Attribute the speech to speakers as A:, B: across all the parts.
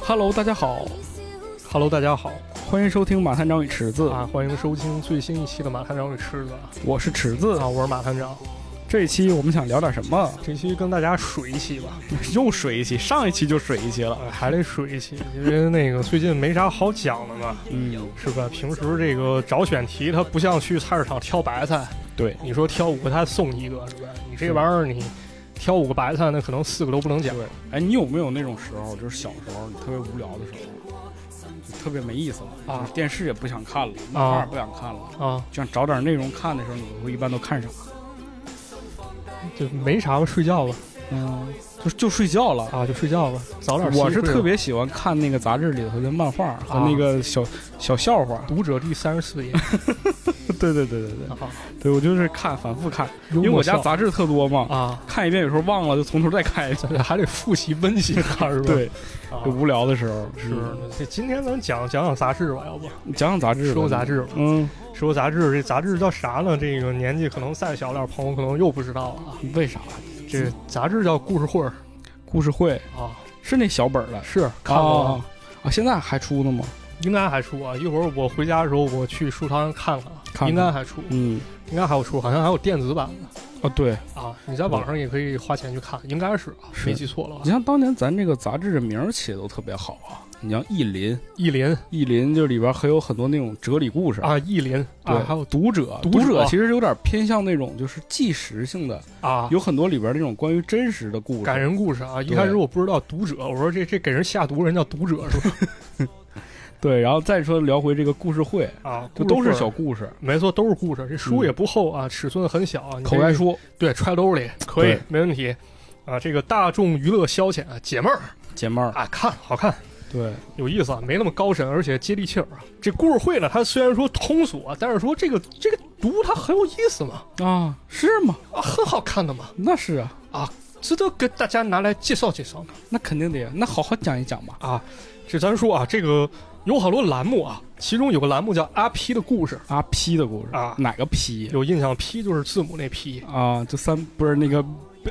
A: Hello，大家好
B: Hello，大家好
A: 欢迎收听《马探长与池子》
B: 啊！欢迎收听最新一期的《马探长与吃的》
A: 我是池子。
B: 啊！我是马探长，
A: 这一期我们想聊点什么？
B: 这期跟大家水一期吧，
A: 又水一期，上一期就水一期了。
B: 啊还得水一期，因为那个最近没啥好讲的嘛，
A: 嗯，
B: 是吧？平时这个找选题，它不像去菜市场挑白菜，
A: 对
B: 你说挑五个他送一个，是吧？你这玩意儿你挑五个白菜，那可能四个都不能讲。
A: 对。哎，你有没有那种时候，就是小时候你特别无聊的时候，就特别没意思了
B: 啊
A: 就是电视也不想看了，漫画也不想看了，
B: 啊，
A: 就想找点内容看的时候，你会一般都看啥？
B: 就没啥吧，睡觉吧，
A: 嗯，就就睡觉了。
B: 啊，就睡觉吧，早点。。
A: 我是特别喜欢看那个杂志里头的漫画和那个小、小笑话
B: 读者第三十四页
A: 对对对对对
B: 啊，
A: 对，我就是看反复看，
B: 因
A: 因为我家杂志特多嘛，
B: 啊，
A: 看一遍有时候忘了就从头再看一 遍。
B: 还得复习温习一下，是吧？
A: 对，
B: 啊
A: 就无聊的时候
B: 是，这今天咱讲讲讲杂志吧，要不
A: 你讲讲杂志吧，
B: 说杂志吧，
A: 嗯，
B: 说杂志，这杂志叫啥呢？这个年纪可能再小点儿朋友可能又不知道了啊。
A: 为啥？
B: 这杂志叫故事会儿
A: 故事会
B: 啊，
A: 是那小本儿的，
B: 是看过
A: 哦
B: 吗，
A: 啊，现在还出呢吗？
B: 应该还出啊。一会儿我回家的时候我去书摊看看啊，
A: 看看
B: 应该还出，
A: 嗯，
B: 应该还有出，好像还有电子版的
A: 啊，对，
B: 啊。你在网上也可以花钱去看，应该是啊，
A: 是
B: 没记错了吧
A: 你？像当年咱这个杂志的名儿起的都特别好啊，你像《意林》，《
B: 意林
A: 意林》就里边还有很多那种哲理故事。
B: 啊，意林
A: 对
B: 啊，还有
A: 读者，
B: 读
A: 读
B: 者
A: 其实有点偏向那种就是纪实性的，
B: 啊。
A: 有很多里边那种关于真实的故事，
B: 感人故事啊！一
A: 对
B: 开始我不知道读者，我说这这给人下毒，人叫读者是吧？
A: 对，然后再说聊回这个故事会，
B: 啊，
A: 就都
B: 故事
A: 是
B: 会儿
A: 小故事，
B: 没错，都是故事。这书
A: 嗯
B: 也不厚啊，尺寸很小，你
A: 口
B: 这
A: 袋
B: 个
A: 书，
B: 对揣兜里可以
A: 对，
B: 没问题。啊，这个大众娱乐消遣啊，解闷儿
A: 姐妹儿，
B: 啊，看好看，
A: 对，
B: 有意思啊，没那么高深，而且接地气儿啊。这故事会呢，它虽然说通俗啊，但是说这个这个读它很有意思嘛，
A: 啊，是吗？
B: 啊，很好看的嘛，
A: 那是啊，
B: 值得给大家拿来介绍介绍呢
A: 那肯定得呀，那好好讲一讲吧。
B: 啊。这咱说啊，这个有好多栏目啊，其中有个栏目叫阿 P 的故事，
A: 啊，P 的故事
B: 啊
A: 哪个 P
B: 有印象？P 就是字母那 P
A: 啊？就三不是那个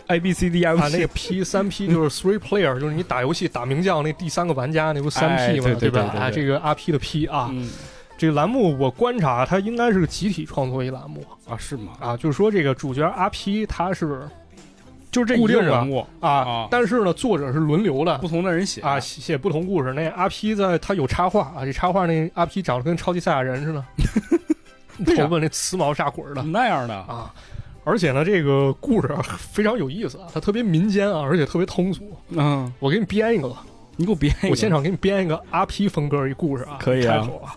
A: A B C D
B: 啊
A: F，
B: 那个 P 三 P 就是 three player，就是你打游戏打名将那第三个玩家，那不是三
A: 哎
B: P 嘛，
A: 对对
B: 吧？
A: 对对对
B: 啊，这个 R P 的 P 啊，
A: 嗯
B: 这个栏目我观察它应该是个集体创作一栏目
A: 啊是吗？
B: 啊，就是说这个主角 R P 他是
A: 就是这
B: 固
A: 一
B: 定
A: 个
B: 的
A: 人物，
B: 啊，
A: 啊
B: 但是呢作者是轮流的
A: 不同的人写
B: 啊，写写不同故事。那 R P 在他有插画啊，这插画那 R P 长得跟超级赛亚人 似的，
A: 为啥
B: 头发那刺毛炸滚儿的
A: 那样的
B: 啊。而且呢，这个故事啊非常有意思啊，它特别民间啊，而且特别通俗。
A: 嗯，
B: 我给你编一 个吧，
A: 你给我编一个，
B: 我现场给你编一个阿 P 风格一故事啊，
A: 可以啊
B: 开口啊。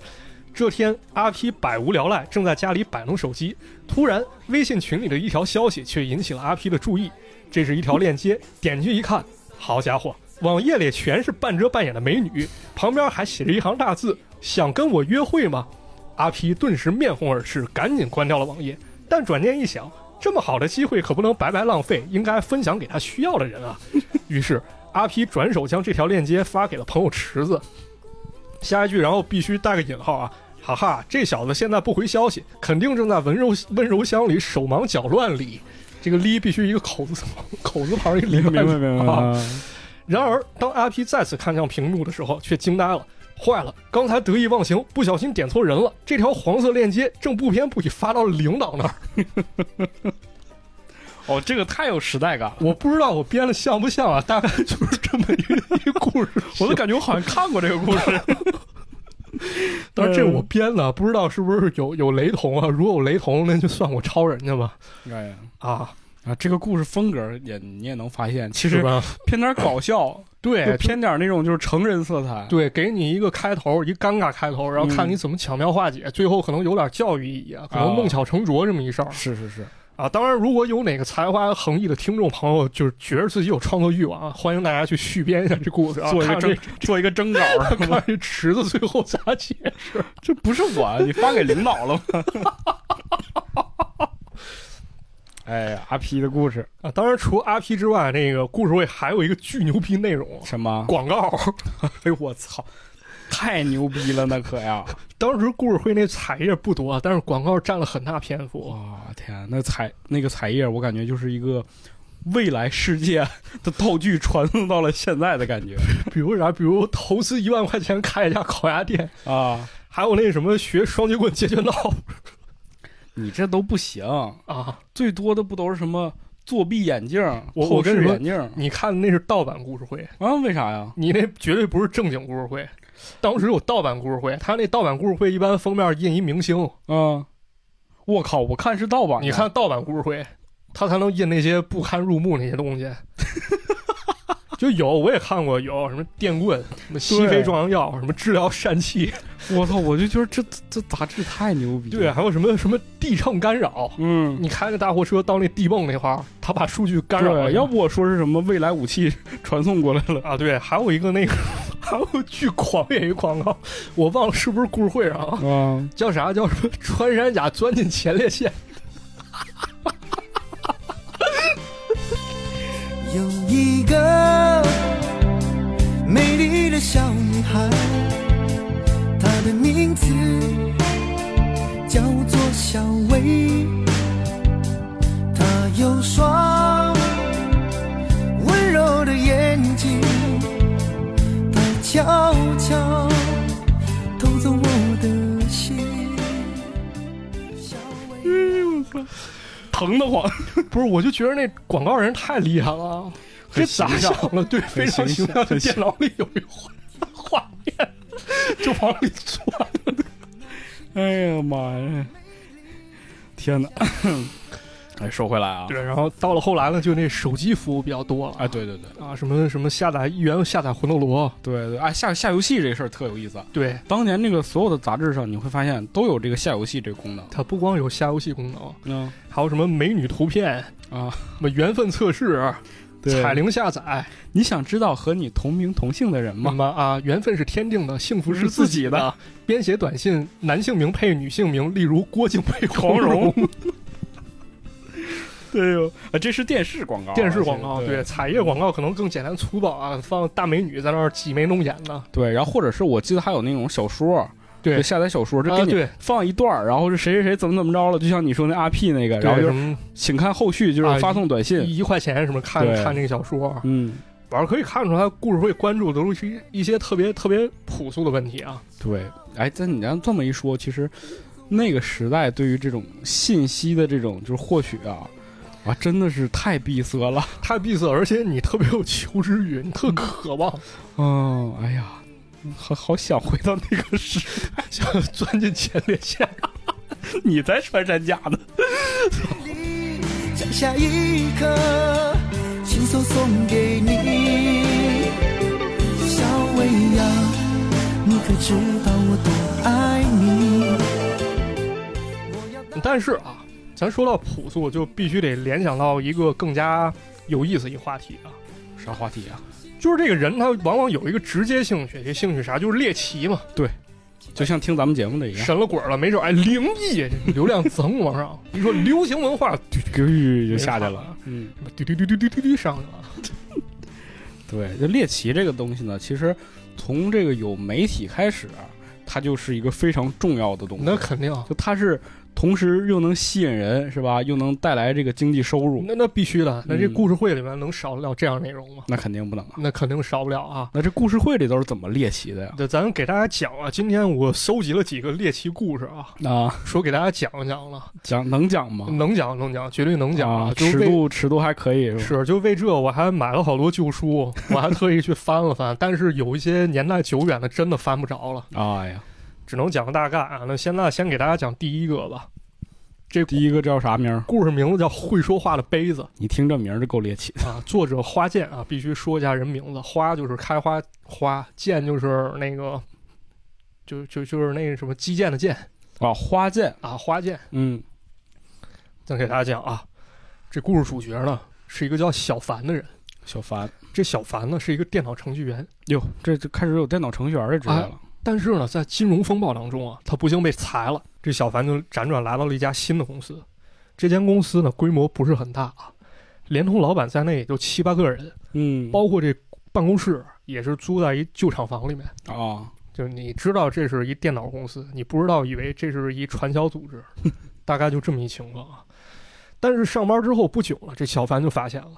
B: 这天，阿 P 百无聊赖，正在家里摆弄手机，突然微信群里的一条消息却引起了阿 P 的注意。这是一条链接，点进去一看，好家伙，网页里全是半遮半掩的美女，旁边还写着一行大字：“想跟我约会吗？”阿 P 顿时面红耳赤，赶紧关掉了网页。但转念一想，这么好的机会可不能白白浪费，应该分享给他需要的人 啊。于是阿 P 转手将这条链接发给了朋友池子。下一句，然后必须带个引号啊，哈哈，这小子现在不回消息，肯定正在温柔温柔乡里手忙脚乱里。这个“哩”必须一个口字旁，口字旁一个“哩”。
A: 明白明白明白
B: 啊
A: 啊
B: 然而，当阿 P 再次看向屏幕的时候，却惊呆了。坏了，刚才得意忘形，不小心点错人了。这条黄色链接正不偏不倚发到了领导那儿。
A: 哦，这个太有时代感了，
B: 我不知道我编的像不像啊，大概就是这么一个一个 故事。
A: 我都感觉我好像看过这个故事。
B: 但是这我编的，不知道是不是有有雷同啊？如果有雷同，那就算我抄人家吧。
A: 哎呀
B: 啊，
A: 啊，这个故事风格也你也能发现，其
B: 是
A: 实
B: 吧？
A: 偏点搞笑，
B: 对
A: 就，偏点那种就是成人色彩。
B: 对，给你一个开头，一尴尬开头，然后看
A: 嗯
B: 你怎么巧妙化解，最后可能有点教育意义啊，可能
A: 啊
B: 弄巧成拙这么一事儿
A: 是是是，
B: 啊。当然，如果有哪个才华横溢的听众朋友，就是觉得自己有创作欲望啊，欢迎大家去续编一下这故事啊，
A: 做一个
B: 看这
A: 征做一个 征稿是吗
B: 看这池子最后咋解释。
A: 这不是我，你发给领导 了吗？哎呀，阿 P 的故事
B: 啊，当然，除 RP 之外，那个故事会还有一个巨牛逼内容，
A: 什么？
B: 广告。
A: 哎呦我操，太牛逼了，那可 呀！
B: 当时故事会那彩页不多， 但是广告占了很大篇幅。
A: 哇天，那彩那个彩页，我感觉就是一个未来世界的道具传送到了现在的感 觉
B: 比如啥？比如投资一万块钱开一家烤鸭店，
A: 啊！
B: 还有那什么学双截棍截拳道
A: 你这都不行，
B: 啊！
A: 最多的不都是什么作弊眼镜、
B: 我
A: 透
B: 我跟
A: 视
B: 你说
A: 眼镜
B: 你看那是盗版故事会，
A: 啊？为啥呀？
B: 你那绝对不是正经故事会。当时有盗版故事会，他那盗版故事会一般封面印一明星，
A: 嗯，我靠，我看是盗版的。
B: 你看盗版故事会，他才能印那些不堪入目那些东 西。就有我也看过，有什么电棍、什么西非壮阳药、什么治疗疝气，
A: 我操，我就觉得这这这杂志太牛逼了。
B: 对，还有什么什么地秤干扰。
A: 啊嗯，
B: 你开那大货车到那地泵那块儿，他把数据干扰了
A: 对，啊要不我说是什么未来武器 传送过来了？
B: 啊，对，还有一个那 个，还有巨狂野一广告，我忘了是不是故事会上啊，
A: 啊，
B: 叫啥叫什么穿山甲钻进前列腺，
C: 有一个美丽的小女孩，她的名字叫做小薇。她有双温柔的眼睛，她悄悄偷走我的心。小薇。
B: 疼得慌。不是，我就觉得那广告人太厉害了，这
A: 很
B: 咋
A: 形象
B: 想了？对，非常
A: 形
B: 形象的
A: 象很
B: 电脑里有一画画面，就往里钻。
A: 哎呀妈呀！天哪！哎，说回来啊，
B: 对，然后到了后来呢，就那手机服务比较多了
A: 哎，对对对
B: 啊，什么什么下载一元下载魂斗罗，
A: 对对，哎，下下游戏这事儿特有意思啊。
B: 对，
A: 当年那个所有的杂志上，你会发现都有这个下游戏这个功能。
B: 它不光有下游戏功能，
A: 嗯
B: 还有什么美女图片、
A: 啊，
B: 什么缘分测试、
A: 对
B: 彩铃下载，
A: 你想知道和你同名同姓的人
B: 那
A: 吗？
B: 么啊，缘分是天定的，幸福是
A: 是
B: 自
A: 自
B: 己
A: 己
B: 的
A: 的。
B: 编写短信，男性名配女性名，例如郭靖配黄
A: 黄
B: 蓉
A: 蓉，对哟，啊，这是电视广告啊，
B: 电视广告，
A: 这
B: 对
A: 个
B: 彩页广告可能更简单粗暴啊，放大美女在那儿挤眉弄眼的，
A: 对，然后或者是我记得还有那种小说，
B: 对
A: 就下载小说，就
B: 啊
A: 给你
B: 对
A: 放一段儿，然后是谁谁谁怎么怎么着了，就像你说那 RP 那个，然后
B: 对什
A: 就
B: 么啊
A: 请看后续，就是发送短信。
B: 一一块钱什么看
A: 对
B: 看这个小说，
A: 嗯，
B: 反正可以看出来故事会关注都是一一些特别特别朴素的问题啊。
A: 对，哎，但你要这么一说，其实那个时代对于这种信息的这种就是获取啊，啊，真的是太闭塞了。
B: 太闭塞，而且你特别有求知欲，你特渴望，
A: 嗯， 哎呀，好好想回到那个时
B: 想钻进前列腺。
A: 代， 你才穿山甲呢。
C: 里摘下一颗，亲手送给你。小薇呀，你可知道我多爱你？我要带
B: 但是啊，咱说到朴素，就必须得联想到一个更加有意思一个话题啊，
A: 啥话题啊？
B: 就是这个人他往往有一个直接兴趣，这兴趣啥？就是猎奇嘛，
A: 就像听咱们节目的一样，
B: 神了鬼了，没准哎灵异流量 噌往上，一说流行文化，
A: 就下去了。 嗯，
B: 嘟嘟嘟嘟嘟嘟嘟上去了。
A: 对，就猎奇这个东西呢，其实从这个有媒体开始，它就是一个非常重要的东西。
B: 那肯定，
A: 就它是同时又能吸引人，是吧？又能带来这个经济收入，
B: 那那必须的。那这
A: 嗯
B: 故事会里面能少得了这样内容吗？
A: 那肯定不能啊。
B: 那肯定少不了啊。
A: 那这故事会里都是怎么猎奇的呀？
B: 那咱给大家讲啊，今天我搜集了几个猎奇故事啊，
A: 啊，
B: 说给大家讲一讲了，
A: 讲能讲吗？
B: 能讲能讲，绝对能讲
A: 嗯啊，
B: 就为
A: 尺度尺度还可以是吧？
B: 是，就为这我还买了好多旧书，我还特意去翻了翻，但是有一些年代久远的真的翻不着了，
A: 哎呀，
B: 只能讲个大概啊。那现在先给大家讲第一个吧，这
A: 第一个叫啥名儿？
B: 故事名字叫《会说话的杯子
A: 你听这名儿就够猎奇的》
B: 啊，作者花剑啊，必须说一下人名字，花就是开花花，剑就是那个，就就就是那个什么击剑的剑
A: 啊！花剑，
B: 啊，花剑。
A: 嗯
B: 再给大家讲啊，这故事主角呢是一个叫小凡的人，
A: 小凡，
B: 这小凡呢是一个电脑程序员，
A: 哟，这就开始有电脑程序员的职业了。
B: 但是呢，在金融风暴当中啊，他不幸被裁了。这小凡就辗转来到了一家新的公司，这间公司呢规模不是很大啊，连同老板在内也就七八个人，
A: 嗯，
B: 包括这办公室也是租在一旧厂房里面。
A: 啊，
B: 就是你知道这是一电脑公司，你不知道以为这是一传销组织，大概就这么一情况啊。但是上班之后不久了，这小凡就发现了，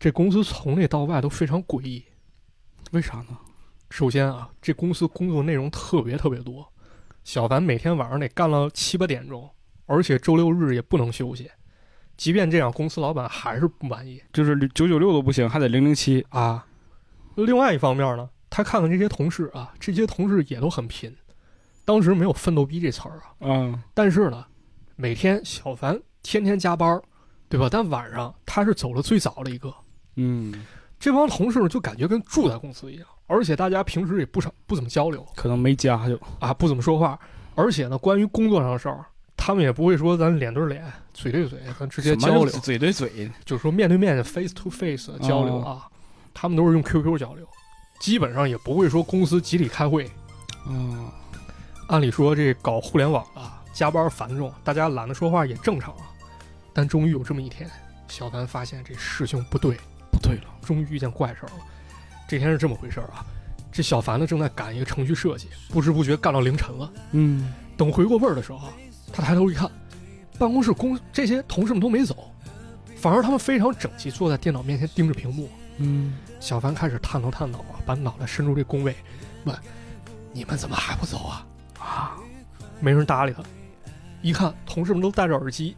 B: 这公司从内到外都非常诡异。
A: 为啥呢？
B: 首先啊，这公司工作内容特别特别多，小凡每天晚上得干到七八点钟，而且周六日也不能休息。即便这样，公司老板还是不满意
A: 就是九九六都不行，还得零零七。
B: 啊。另外一方面呢，他看看这些同事啊，这些同事也都很拼，当时没有“奋斗逼”这词儿啊，
A: 嗯，
B: 但是呢，每天小凡天天加班儿，对吧？但晚上他是走的最早的一个，
A: 嗯，
B: 这帮同事就感觉跟住在公司一样，而且大家平时也不少不怎么交流
A: 可能没加就
B: 啊，不怎么说话，而且呢，关于工作上的事儿，他们也不会说咱脸对脸、嘴对嘴，咱直接
A: 什么
B: 交
A: 就
B: 流，
A: 嘴对嘴。
B: 就是说面对面 face to face 的交流啊，他们都是用 QQ 交流，基本上也不会说公司集体开会。
A: 嗯，
B: 按理说这搞互联网啊，加班繁重，大家懒得说话也正常啊，但终于有这么一天，小凡发现这事情不对。
A: 不对了，
B: 终于遇见怪事儿了。这天是这么回事儿啊，这小凡呢正在赶一个程序设计，不知不觉干到凌晨了。
A: 嗯，
B: 等回过味儿的时候啊，他抬头一看，办公室工这些同事们都没走，反而他们非常整齐坐在电脑面前盯着屏幕。
A: 嗯，
B: 小凡开始探头探脑啊，把脑袋伸出这工位，问：“你们怎么还不走啊？”啊，没人搭理他。一看，同事们都戴着耳机，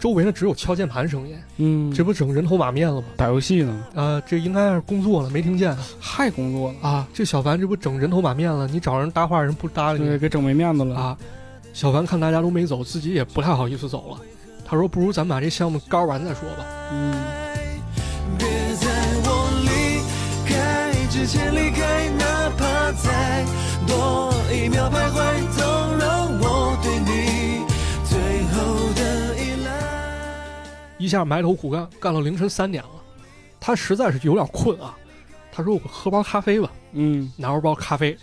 B: 周围呢只有敲键盘声音，
A: 嗯，
B: 这不整人头马面了吗？
A: 打游戏呢，
B: 啊，这应该是工作了，没听见啊。
A: 还工作了，
B: 啊，这小凡这不整人头马面了？你找人搭话，人不搭理
A: 对，
B: 你
A: 给整没面子了。
B: 啊。小凡看大家都没走，自己也不太好意思走了。他说：“不如咱把这项目干完再说吧。
A: 嗯，
C: 别在我离开之前离开，哪怕再多一秒徘徊，都让我对你最后的依赖。”
B: 一下埋头苦干，干到凌晨三点了。他实在是有点困啊。他说：“我喝包咖啡吧。
A: 嗯，”
B: 拿着包咖啡，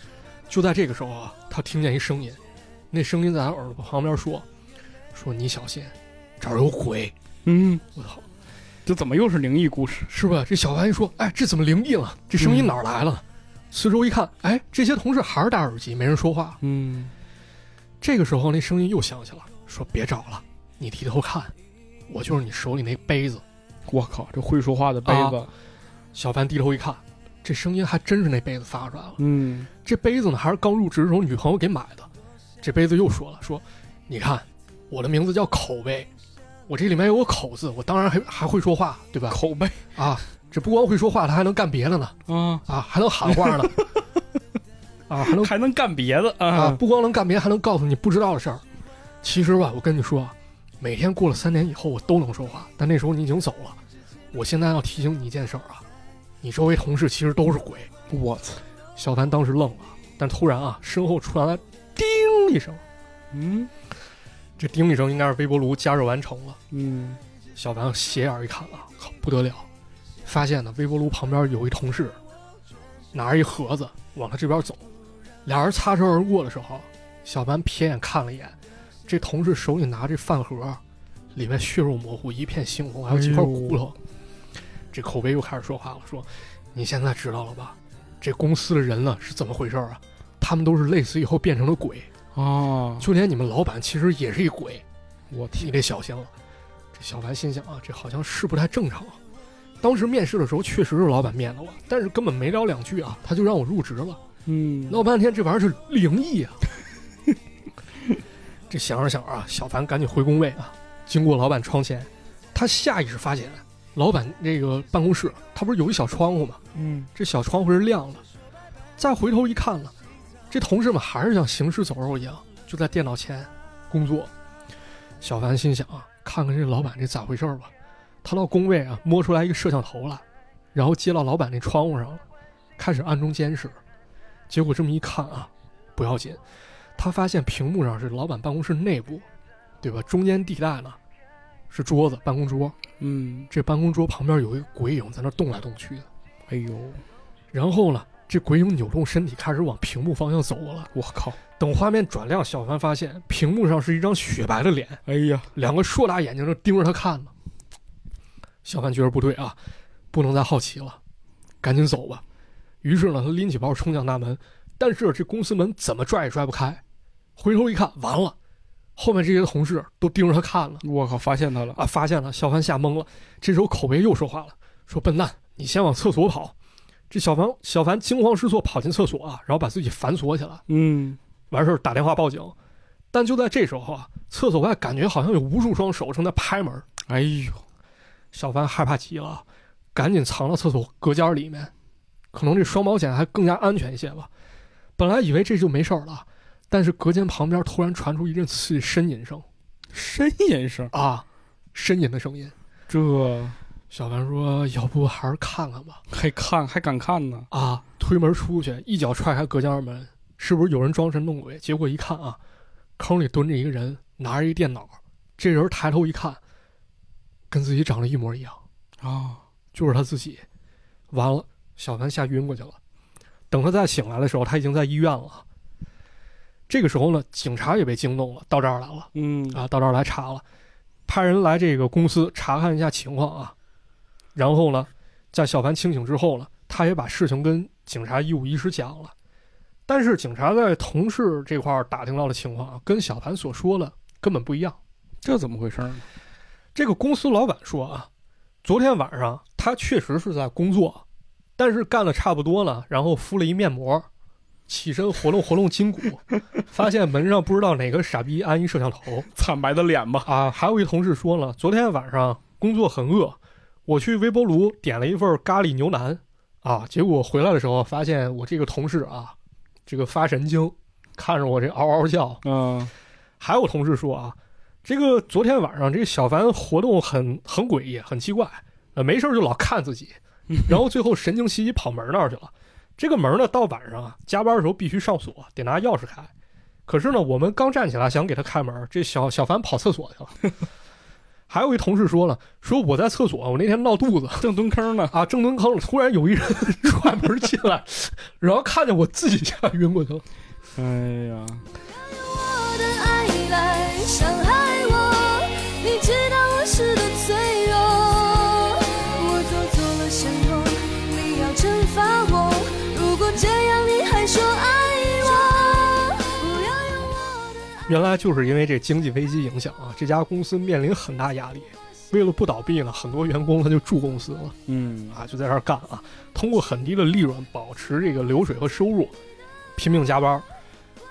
B: 就在这个时候啊，他听见一声音，那声音在他耳朵旁边说：“说你小心，这儿有鬼。
A: 嗯，”
B: 我操！
A: 这怎么又是灵异故事？
B: 是吧？这小白一说，哎，这怎么灵异了？这声音
A: 嗯
B: 哪儿来了？四周一看，哎，这些同事还是戴耳机，没人说话。
A: 嗯，
B: 这个时候，那声音又响起了，说别找了，你低头看，我就是你手里那杯子。
A: 我靠，这会说话的杯子，
B: 小凡低头一看，这声音还真是那杯子发出来了。
A: 嗯，
B: 这杯子呢，还是刚入职的时候女朋友给买的。这杯子又说了，说你看，我的名字叫口碑，我这里面有个口字，我当然还还会说话，对吧？
A: 口碑
B: 啊，这不光会说话，他还能干别的呢。
A: 啊，
B: 啊，还能喊话呢，啊，还能
A: 还能干别的
B: 啊，，不光能干别的，还能告诉你不知道的事儿。其实吧，我跟你说啊，每天过了三点以后，我都能说话，但那时候你已经走了。我现在要提醒你一件事儿啊，你周围同事其实都是鬼。
A: 我操，
B: 小凡当时愣了，但突然啊，身后传来“叮”一声，
A: 嗯
B: 这“叮”一声应该是微波炉加热完成了。
A: 嗯，
B: 小凡斜眼一看啊，靠，不得了！发现呢，微波炉旁边有一同事拿着一盒子往他这边走，俩人擦身而过的时候，小凡瞥眼看了一眼，这同事手里拿着饭盒，里面血肉模糊，一片猩红，还有几块骨头。这口碑又开始说话了，说：“你现在知道了吧？这公司的人呢是怎么回事啊？他们都是累死以后变成了鬼，
A: 啊，
B: 就连你们老板其实也是一鬼。”
A: 我
B: 你
A: 天，
B: 得小心了。这小凡心想啊，这好像是不太正常啊。当时面试的时候，确实是老板面的我，但是根本没聊两句啊，他就让我入职了。
A: 嗯，
B: 闹半天这玩意儿是灵异啊！ 这想着想着啊，小凡赶紧回工位啊，经过老板窗前，他下意识发现老板那个办公室，他不是有一小窗户吗？
A: 嗯，
B: 这小窗户是亮的。再回头一看呢，这同事们还是像行尸走肉一样，就在电脑前工作。小凡心想啊，看看这老板这咋回事儿吧。他到工位啊，摸出来一个摄像头来，然后接到老板那窗户上了，开始暗中监视。结果这么一看啊，不要紧，他发现屏幕上是老板办公室内部，对吧？中间地带呢是桌子，办公桌。
A: 嗯，
B: 这办公桌旁边有一个鬼影在那儿动来动去的。
A: 哎呦，
B: 然后呢，这鬼影扭动身体，开始往屏幕方向走了。
A: 我靠，
B: 等画面转亮，小凡发现屏幕上是一张雪白的脸，
A: 哎呀，
B: 两个硕大眼睛正盯着他看呢。小凡觉得不对啊，不能再好奇了，赶紧走吧。于是呢，他拎起包冲向大门，但是这公司门怎么拽也拽不开。回头一看，完了，后面这些同事都盯着他看呢。啊
A: 我靠，发现他了，
B: 啊，发现了，小凡吓懵了。这时候口碑又说话了，说：“笨蛋，你先往厕所跑。”这小凡小凡惊慌失措跑进厕所啊，然后把自己反锁起来，
A: 嗯，
B: 完事儿打电话报警。但就在这时候啊，厕所外感觉好像有无数双手正在拍门，
A: 哎呦，
B: 小凡害怕极了，赶紧藏到厕所隔间里面。可能这双保险还更加安全一些吧。本来以为这就没事儿了，但是隔间旁边突然传出一阵刺呻吟声
A: 呻吟声，
B: 啊，呻吟的声音。
A: 这
B: 小凡说：“要不还是看看吧。
A: 还看还敢看呢？”
B: 啊，推门出去，一脚踹开隔间门，是不是有人装神弄鬼？结果一看啊，坑里蹲着一个人，拿着一电脑。这人抬头一看，跟自己长得一模一样。
A: 啊，
B: 就是他自己。完了，小凡吓晕过去了。等他再醒来的时候，他已经在医院了。这个时候呢，警察也被惊动了，到这儿来了
A: 嗯
B: 啊，到这儿来查了，派人来这个公司查看一下情况啊。然后呢，在小凡清醒之后呢，他也把事情跟警察一五一十讲了。但是警察在同事这块儿打听到的情况啊，跟小凡所说的根本不一样。
A: 这怎么回事呢？
B: 这个公司老板说啊，昨天晚上他确实是在工作，但是干了差不多了，然后敷了一面膜，起身活动活动筋骨，发现门上不知道哪个傻逼安一摄像头
A: 惨白的脸吧，
B: 啊。还有一同事说了，昨天晚上工作很饿，我去微波炉点了一份咖喱牛腩啊，结果回来的时候发现我这个同事啊，这个发神经，看着我这嗷嗷叫，
A: 嗯
B: 还有同事说啊，这个昨天晚上这个小凡活动很很诡异，很奇怪，呃，没事儿就老看自己，然后最后神经兮兮跑门那儿去了。这个门呢，到晚上啊，加班的时候必须上锁，得拿钥匙开。可是呢，我们刚站起来想给他开门，这小小凡跑厕所去了。还有一同事说了，说我在厕所，我那天闹肚子
A: 正蹲坑呢，
B: 啊，正蹲坑了，突然有一人 踹门进来，然后看见我自己吓晕过去了。
A: 哎呀，
D: 我的爱来伤害我，你知道我是个脆弱，我做错了什么？你要惩罚我？如果这样你还说爱我，不要用我的爱。
B: 原来就是因为这经济危机影响啊，这家公司面临很大压力。为了不倒闭呢，很多员工他就住公司了
A: 嗯
B: 啊，就在这儿干啊，通过很低的利润保持这个流水和收入，拼命加班。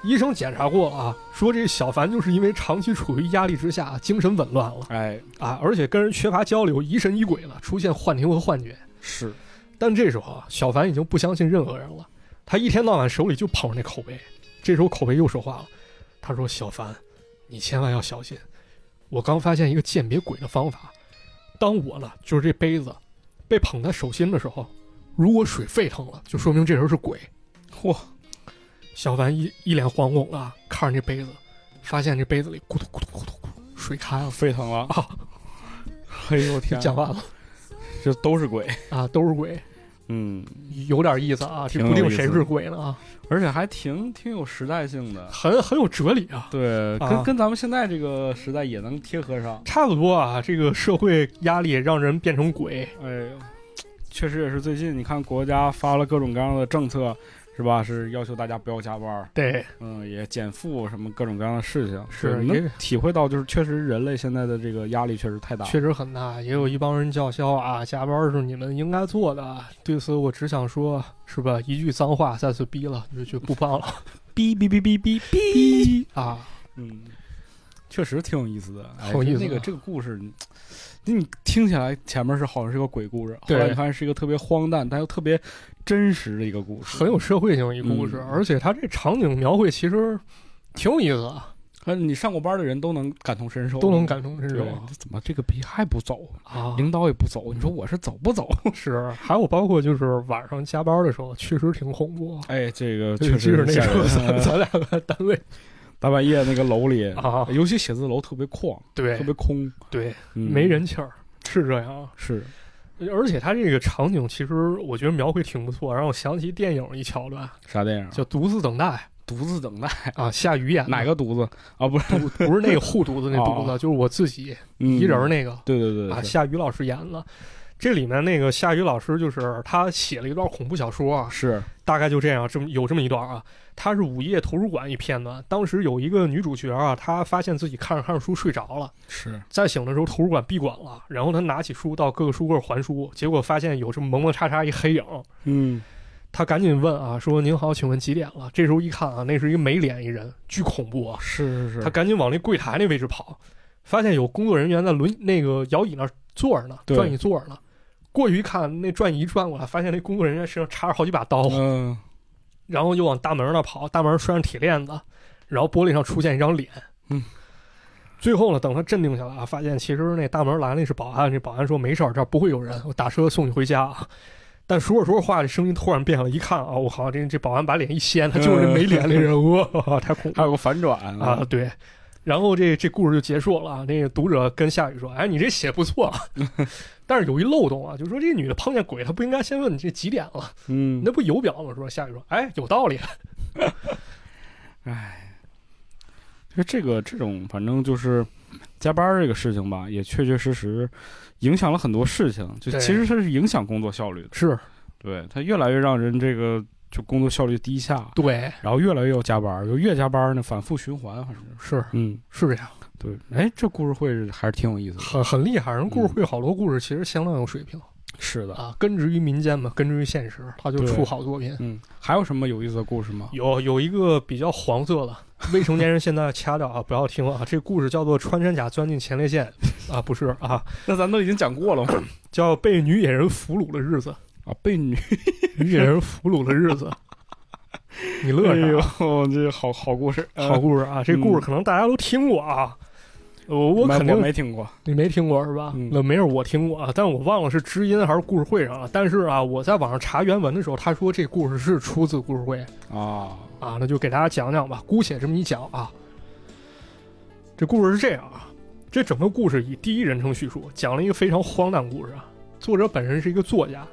B: 医生检查过啊，说这小凡就是因为长期处于压力之下，精神紊乱了
A: 哎
B: 啊，而且跟人缺乏交流，疑神疑鬼了，出现幻听和幻觉。
A: 是，
B: 但这时候啊，小凡已经不相信任何人了，他一天到晚手里就捧着那口碑。这时候口碑又说话了，他说：“小凡，你千万要小心，我刚发现一个鉴别鬼的方法。当我呢，就是这杯子被捧在手心的时候，如果水沸腾了，就说明这人是鬼。”
A: 嚯，
B: 小凡一一脸惶恐啊，看着这杯子，发现这杯子里咕嘟咕嘟咕嘟咕嘟水开了。
A: 沸腾了
B: 啊！
A: 哎呦我天，
B: 讲完了
A: 这都是鬼，
B: 啊，都是鬼，
A: 嗯，
B: 有点意思啊，这不
A: 挺有
B: 定
A: 意思
B: 谁是鬼呢啊，
A: 而且还挺挺有时代性的，
B: 很很有哲理啊。
A: 对，跟、
B: 啊
A: 跟咱们现在这个时代也能贴合上。
B: 差不多啊，这个社会压力让人变成鬼
A: 哎呦，确实也是最近，你看国家发了各种各样的政策，是吧？是要求大家不要加班儿，
B: 对，
A: 嗯，也减负什么各种各样的事情，
B: 是
A: 对
B: 也
A: 能体会到，就是确实人类现在的这个压力确实太大了。
B: 确实很大。也有一帮人叫嚣啊，加班是你们应该做的。啊对此，我只想说，是吧？一句脏话再次逼了，就就不放了
A: 哔哔哔哔哔哔，
B: 啊。
A: 嗯，确实挺有意思的，哎
B: 好有意思啊
A: 那个这个故事。你你听起来前面是好像是个鬼故事，后
B: 对
A: 来你发现是一个特别荒诞但又特别真实的一个故事，
B: 很有社会性一故事，
A: 嗯
B: 而且它这场景描绘其实挺有意思啊，
A: 呃，你上过班的人都能感同身受，
B: 都能感同身
A: 对
B: 受
A: 这怎么这个逼还不走？
B: 啊。
A: 领导也不走，你说我是走不走？
B: 是，还有包括就是晚上加班的时候，确实挺恐怖。
A: 哎，这个
B: 尤
A: 确
B: 其是
A: 实啊
B: 那时候咱 咱俩在单位
A: 大半夜那个楼里，
B: 啊，
A: 尤其写字楼特别旷，
B: 对
A: 哎特别空，
B: 对，
A: 哎嗯
B: 没人气儿，是这样啊。
A: 是，
B: 而且它这个场景其实我觉得描绘挺不错，让我想起电影一桥段，
A: 啥电影？
B: 叫《独自等待
A: 独自等待，》
B: 啊，夏雨演的
A: 啊哎哪个独自啊？ 不是
B: 不不是那个护犊子那犊子，就是我自己
A: 嗯
B: 一人儿那个
A: 对对对
B: 啊，
A: 对，
B: 夏雨老师演的。这里面那个夏雨老师就是他写了一段恐怖小说啊，
A: 是
B: 大概就这样，这么有这么一段啊，他是午夜图书馆一片段，当时有一个女主角啊，她发现自己看着看着书睡着了，
A: 是，
B: 再醒的时候图书馆闭馆了，然后她拿起书到各个书柜还书，结果发现有这么蒙蒙叉叉一黑影，
A: 嗯，
B: 她赶紧问啊，说您好，请问几点了？这时候一看啊，那是一个没脸一人，巨恐怖啊，
A: 是是
B: 她
A: 是，
B: 赶紧往那柜台那位置跑，发现有工作人员在轮那个摇椅那儿坐着呢，
A: 对
B: 转椅坐着呢。过去一看，那转椅一转过来，发现那工作人员身上插着好几把刀，啊
A: 嗯，
B: 然后就往大门那儿跑，大门拴上铁链子，然后玻璃上出现一张脸。
A: 嗯，
B: 最后呢，等他镇定下来啊，发现其实那大门来那是保安，这保安说没事儿，这儿不会有人，我打车送你回家啊。但说着说着话，这声音突然变了，一看啊，我靠，这这保安把脸一
A: 嗯
B: 掀，他就是那没脸那人， 哇，太恐怖
A: 还
B: 了
A: 有个反转
B: 啊！，对，然后这这故事就结束了啊。那个读者跟夏雨说：“哎，你这写不错 啊，但是有一漏洞啊，就是说这女的碰见鬼，她不应该先问你这几点了。”
A: 嗯，
B: 那不有表吗？说夏雨说，哎，有道理。
A: 就这个这种，反正就是加班儿这个事情吧，也确确实实影响了很多事情，就
B: 对
A: 其实它是影响工作效率的，
B: 是
A: 对，它越来越让人这个就工作效率低下，
B: 对，
A: 然后越来越要加班儿，就越加班儿呢，反复循环，反正是，
B: 是
A: 嗯，
B: 是这样，
A: 对，哎，这故事会是还是挺有意思的，
B: 很很厉害。人故事会好多故事其实相当有水平
A: 是的，
B: 嗯啊，根植于民间嘛，根植于现实，他就
A: 对
B: 出好作品。
A: 嗯，还有什么有意思的故事吗？
B: 有有一个比较黄色的，未成年人现在掐掉啊，不要听啊。这故事叫做《穿山甲钻进前列腺》啊，不是啊，
A: 那咱都已经讲过了吗？
B: 叫《被女野人俘虏的日子
A: 啊，被女，》，
B: 女野人俘虏的日子。你乐
A: 哎
B: 啥？
A: 呦，这好好故事，
B: 好故事啊，这故
A: 嗯
B: 事可能大家都听过啊，我我
A: 没
B: 肯定
A: 没听过，
B: 你没听过是吧？
A: 嗯
B: 那没事，我听过啊，但我忘了是知音还是故事会上了。但是啊，我在网上查原文的时候，他说这故事是出自故事会
A: 啊，
B: 啊，那就给大家讲讲吧，姑且这么一讲啊。这故事是这样啊，这整个故事以第一人称叙述，讲了一个非常荒诞故事啊。作者本身是一个作家，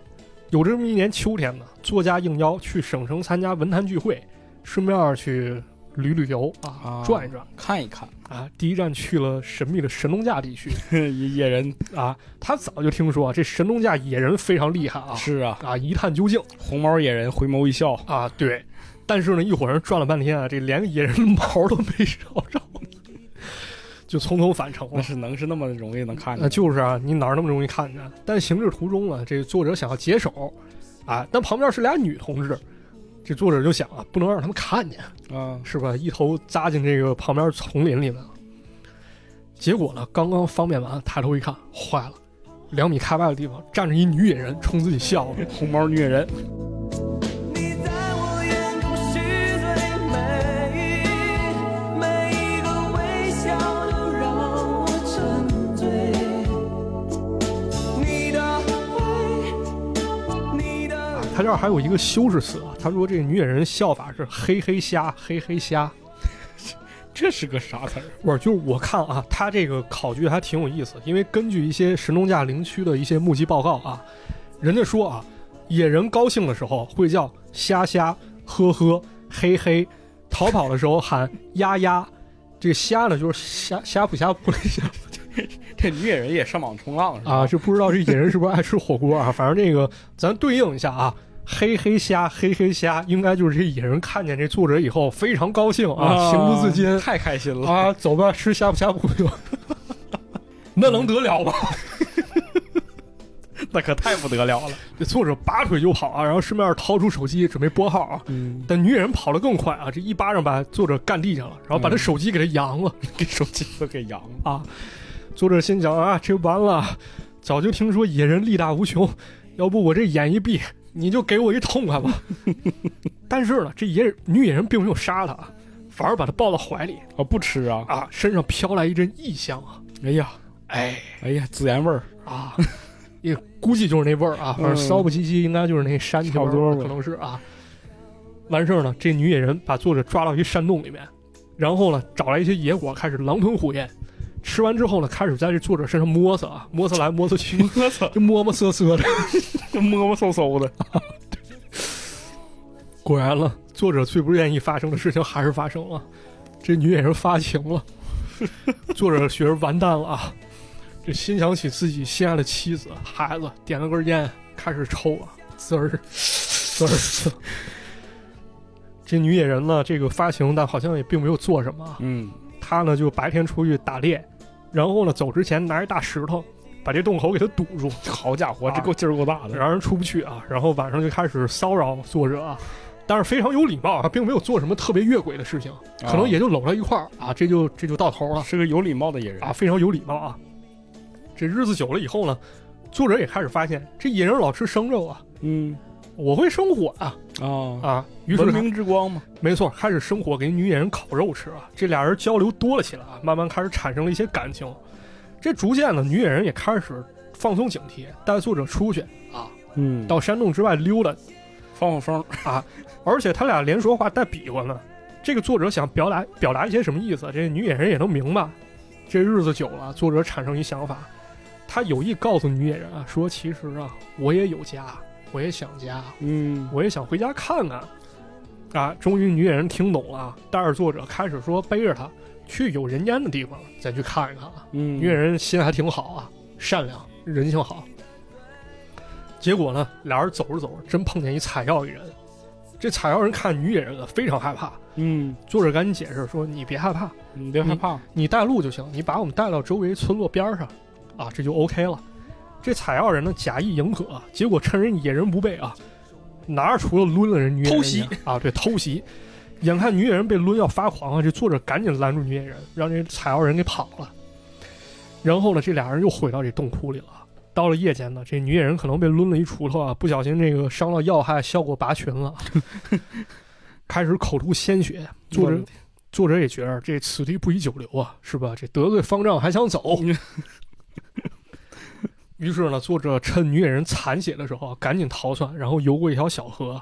B: 有这么一年秋天呢，作家应邀去省城参加文坛聚会，顺便去旅旅游啊
A: 啊，
B: 转一转
A: 看一看，
B: 啊。第一站去了神秘的神农架地区。
A: 野野人
B: 啊，他早就听说啊，这神农架野人非常厉害啊，
A: 是啊，
B: 啊，一探究竟
A: 红毛野人回眸一笑，
B: 啊，对。但是呢，一伙人转了半天啊，这连个野人的毛都没找 着，就匆匆返程
A: 那
B: 了。
A: 是能是那么容易能看见
B: 那
A: 的？
B: 就是啊，你哪儿那么容易看见？但行至途中啊，这作者想要解手，啊，但旁边是俩女同志，这作者就想啊，不能让他们看见。
A: 啊，
B: 是吧？一头扎进这个旁边丛林里面了。结果呢，刚刚方便完，抬头一看，坏了，两米开外的地方站着一女野人，冲自己笑着。
A: 红毛女野人，
C: 你在我眼中是最美，每一个微笑都让我沉醉。你的爱，你的
B: 啊，他这儿还有一个修饰词啊，他说这女野人笑法是嘿嘿瞎，嘿嘿瞎。
A: 这是个啥词儿？
B: 不是，就是我看啊，他这个考据还挺有意思，因为根据一些神农架林区的一些目击报告啊，人家说啊，野人高兴的时候会叫虾虾、呵呵、嘿嘿，逃跑的时候喊呀呀，这个虾呢就是虾虾不虾不那虾
A: 这女野人也上网冲浪是吧？
B: 啊，这不知道这野人是不是爱吃火锅啊？反正这个咱对应一下啊。嘿嘿虾，嘿嘿虾，应该就是这野人看见这作者以后非常高兴啊，情不自禁，
A: 太开心 了！
B: 啊，走吧，吃呷哺呷哺去吧。 那能得了吗？
A: 那可太不得了了。
B: 这作者拔腿就跑啊，然后顺便掏出手机准备拨号啊。
A: 嗯，
B: 但女野人跑得更快啊，这一巴掌把作者干地上了，然后把他手机 给他扬了、
A: 给手机都给扬了。
B: 啊。作者心想啊，这完了，早就听说野人力大无穷，要不我这眼一闭，你就给我一痛快吧。 但是呢，这野女野人并没有杀他，啊，反而把他抱到怀里
A: 啊，不吃啊！
B: 啊，身上飘来一阵异香啊，
A: 哎呀，
B: 哎。
A: 哎呀，孜然味 儿，
B: 啊，也估计就是那味儿啊，反正
A: 嗯
B: 骚不唧唧，应该就是那山
A: 差不多
B: 味儿
A: 吧
B: 可能是啊。完事儿呢，这女野人把作者抓到一山洞里面，然后呢，找来一些野果开始狼吞虎咽，吃完之后呢，开始在这作者身上摸索啊，摸索来摸索去，
A: 我操，
B: 就摸摸瑟瑟的。
A: 这 摸摸搜搜的。
B: 果然了，作者最不愿意发生的事情还是发生了，这女野人发情了，作者觉得完蛋了啊！就心想起自己心爱的妻子、孩子，点了根烟，开始抽啊，滋儿，滋儿，滋儿。这女野人呢，这个发情，但好像也并没有做什么啊。
A: 嗯，
B: 她呢就白天出去打猎，然后呢走之前拿一大石头把这洞口给它堵住，
A: 好家伙，
B: 啊
A: 这够劲儿够大的。
B: 让人出不去啊。然后晚上就开始骚扰作者啊，但是非常有礼貌啊，并没有做什么特别越轨的事情，可能也就搂到一块儿啊，这就这就到头了
A: 啊是个有礼貌的野人
B: 啊，，非常有礼貌啊。这日子久了以后呢，作者也开始发现这野人老吃生肉啊，
A: 嗯
B: 我会生火啊
A: 啊，
B: 啊，于是
A: 文
B: 他
A: 明之光嘛，
B: 没错，开始生火给女野人烤肉吃啊，这俩人交流多了起来啊，慢慢开始产生了一些感情。这逐渐呢，女野人也开始放松警惕，带作者出去啊，
A: 嗯
B: 到山洞之外溜达，
A: 放放风，
B: 而且他俩连说话带比划呢。这个作者想表达表达一些什么意思，这女野人也能明白。这日子久了，作者产生一想法，他有意告诉女野人啊，说其实啊，我也有家，我也想家，
A: 嗯
B: 我也想回家看看。啊，终于女野人听懂了啊，带着作者开始说背着他去有人烟的地方，咱去看一看啊。
A: 嗯，
B: 女野人心还挺好啊，善良，人性好。结果呢，俩人走着走着，真碰见一采药一人。这采药人看女野人啊，非常害怕。
A: 嗯，
B: 作者赶紧解释说：“你别害怕，
A: 你嗯别害怕，
B: 你带路就行，你把我们带到周围村落边儿上，啊，这就 OK 了。这采药人呢，假意迎合，啊结果趁人野人不备啊，拿着锄头抡了人女野人
A: 偷袭
B: 啊，对，偷袭。眼看女野人被抡要发狂啊，这作者赶紧拦住女野人，让这采药人给跑了。然后呢，这俩人又回到这洞窟里了。啊到了夜间呢，这女野人可能被抡了一锄头啊，不小心这个伤到要害，效果拔群了，啊 开始口吐鲜血。作者
A: 我的
B: 作者也觉得这此地不宜久留啊，是吧？这得罪方丈还想走。 于是呢，作者趁女野人残血的时候啊，赶紧逃窜，然后游过一条小河。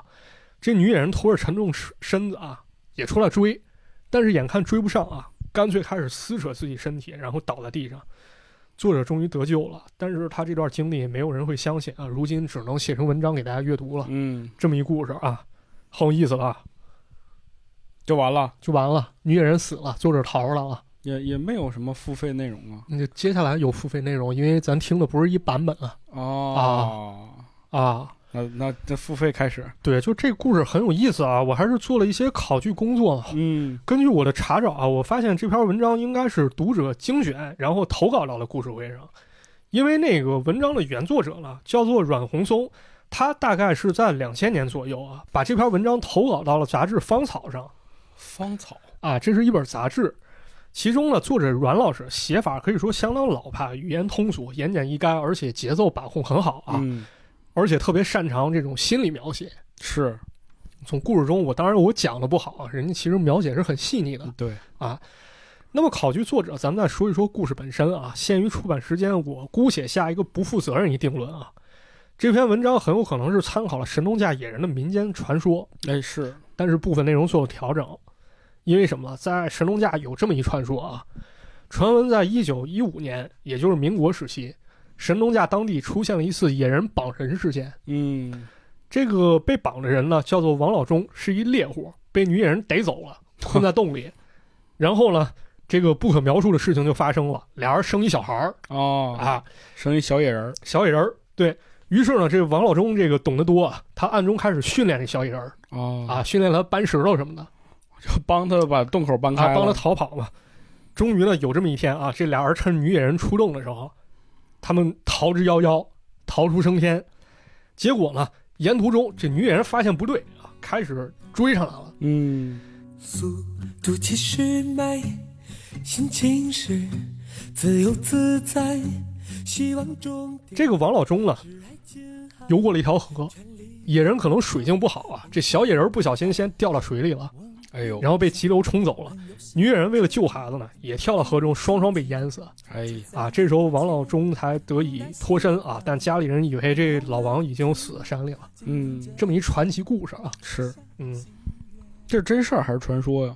B: 这女野人拖着沉重身身子啊，也出来追，但是眼看追不上啊，干脆开始撕扯自己身体，然后倒在地上。作者终于得救了，但是他这段经历没有人会相信啊，如今只能写成文章给大家阅读了。
A: 嗯，
B: 这么一故事啊，好有意思啊，
A: 就完了，
B: 就完了，女野人死了，作者逃出来了。
A: 也也没有什么付费内容啊。
B: 那就接下来有付费内容，因为咱听的不是一版本啊
A: 哦，
B: 啊。
A: 那那这付费开始，
B: 对，就这故事很有意思啊，我还是做了一些考据工作。
A: 嗯
B: 根据我的查找啊，我发现这篇文章应该是读者精选，然后投稿到了故事会上。因为那个文章的原作者呢，叫做阮红松，他大概是在两千年左右啊，把这篇文章投稿到了杂志《芳草》上。
A: 芳草，
B: 啊，这是一本杂志，其中呢，作者阮老师写法可以说相当老派，语言通俗，言简意赅，而且节奏把控很好啊，
A: 嗯，
B: 而且特别擅长这种心理描写。
A: 是
B: 从故事中，我当然我讲的不好啊，人家其实描写是很细腻的。
A: 对，
B: 那么考据作者，咱们再说一说故事本身啊。限于出版时间，我姑且下一个不负责任一定论啊，这篇文章很有可能是参考了神农架野人的民间传说，
A: 哎是，
B: 但是部分内容做了调整，因为什么？在神农架有这么一传说啊，传闻在一九一五年，也就是民国时期，神农架当地出现了一次野人绑人事件。
A: 嗯，
B: 这个被绑的人呢，叫做王老忠，是一猎户，被女野人逮走了，困在洞里。然后呢，这个不可描述的事情就发生了，俩人生一小孩儿
A: 哦，
B: 啊，
A: 生一小野人儿，
B: 小野人儿。对于是呢，这个王老忠这个懂得多啊，他暗中开始训练这小野人儿
A: 哦，
B: 啊，训练他搬石头什么的。
A: 就帮他把洞口搬开
B: 啊，
A: 了，
B: 帮他逃跑嘛。终于呢，有这么一天啊，这俩人趁女野人出动的时候，他们逃之夭夭，逃出升天。结果呢，沿途中这女野人发现不对啊，开始追上来了。
A: 嗯，
C: 速度七十迈，心情是自由自在，希望终点
B: 这个王老忠呢，游过了一条河，野人可能水性不好啊，这小野人不小心先掉到水里了，
A: 哎呦，
B: 然后被急流冲走了。女野人为了救孩子呢，也跳到河中，双双被淹死。
A: 哎，
B: 啊，这时候王老忠才得以脱身啊，但家里人以为这老王已经死在山里了。
A: 嗯，
B: 这么一传奇故事啊。
A: 是，
B: 嗯，
A: 这是真事儿还是传说呀？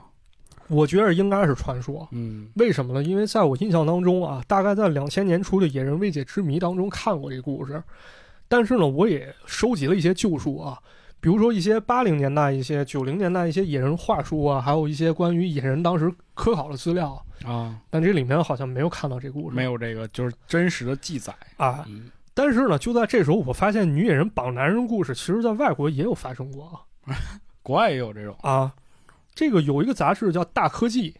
B: 我觉得应该是传说。
A: 嗯，
B: 为什么呢？因为在我印象当中啊，大概在两千年初的《野人未解之谜》当中看过这故事，但是呢，我也收集了一些旧书啊，比如说一些八零年代、一些九零年代一些野人话术啊，还有一些关于野人当时科考的资料，
A: 啊，
B: 但这里面好像没有看到这故事，
A: 没有这个就是真实的记载。
B: 啊。
A: 嗯，
B: 但是呢，就在这时候，我发现女野人绑男人故事，其实在外国也有发生过啊
A: 国外也有这种。
B: 啊。这个有一个杂志叫《大科技》，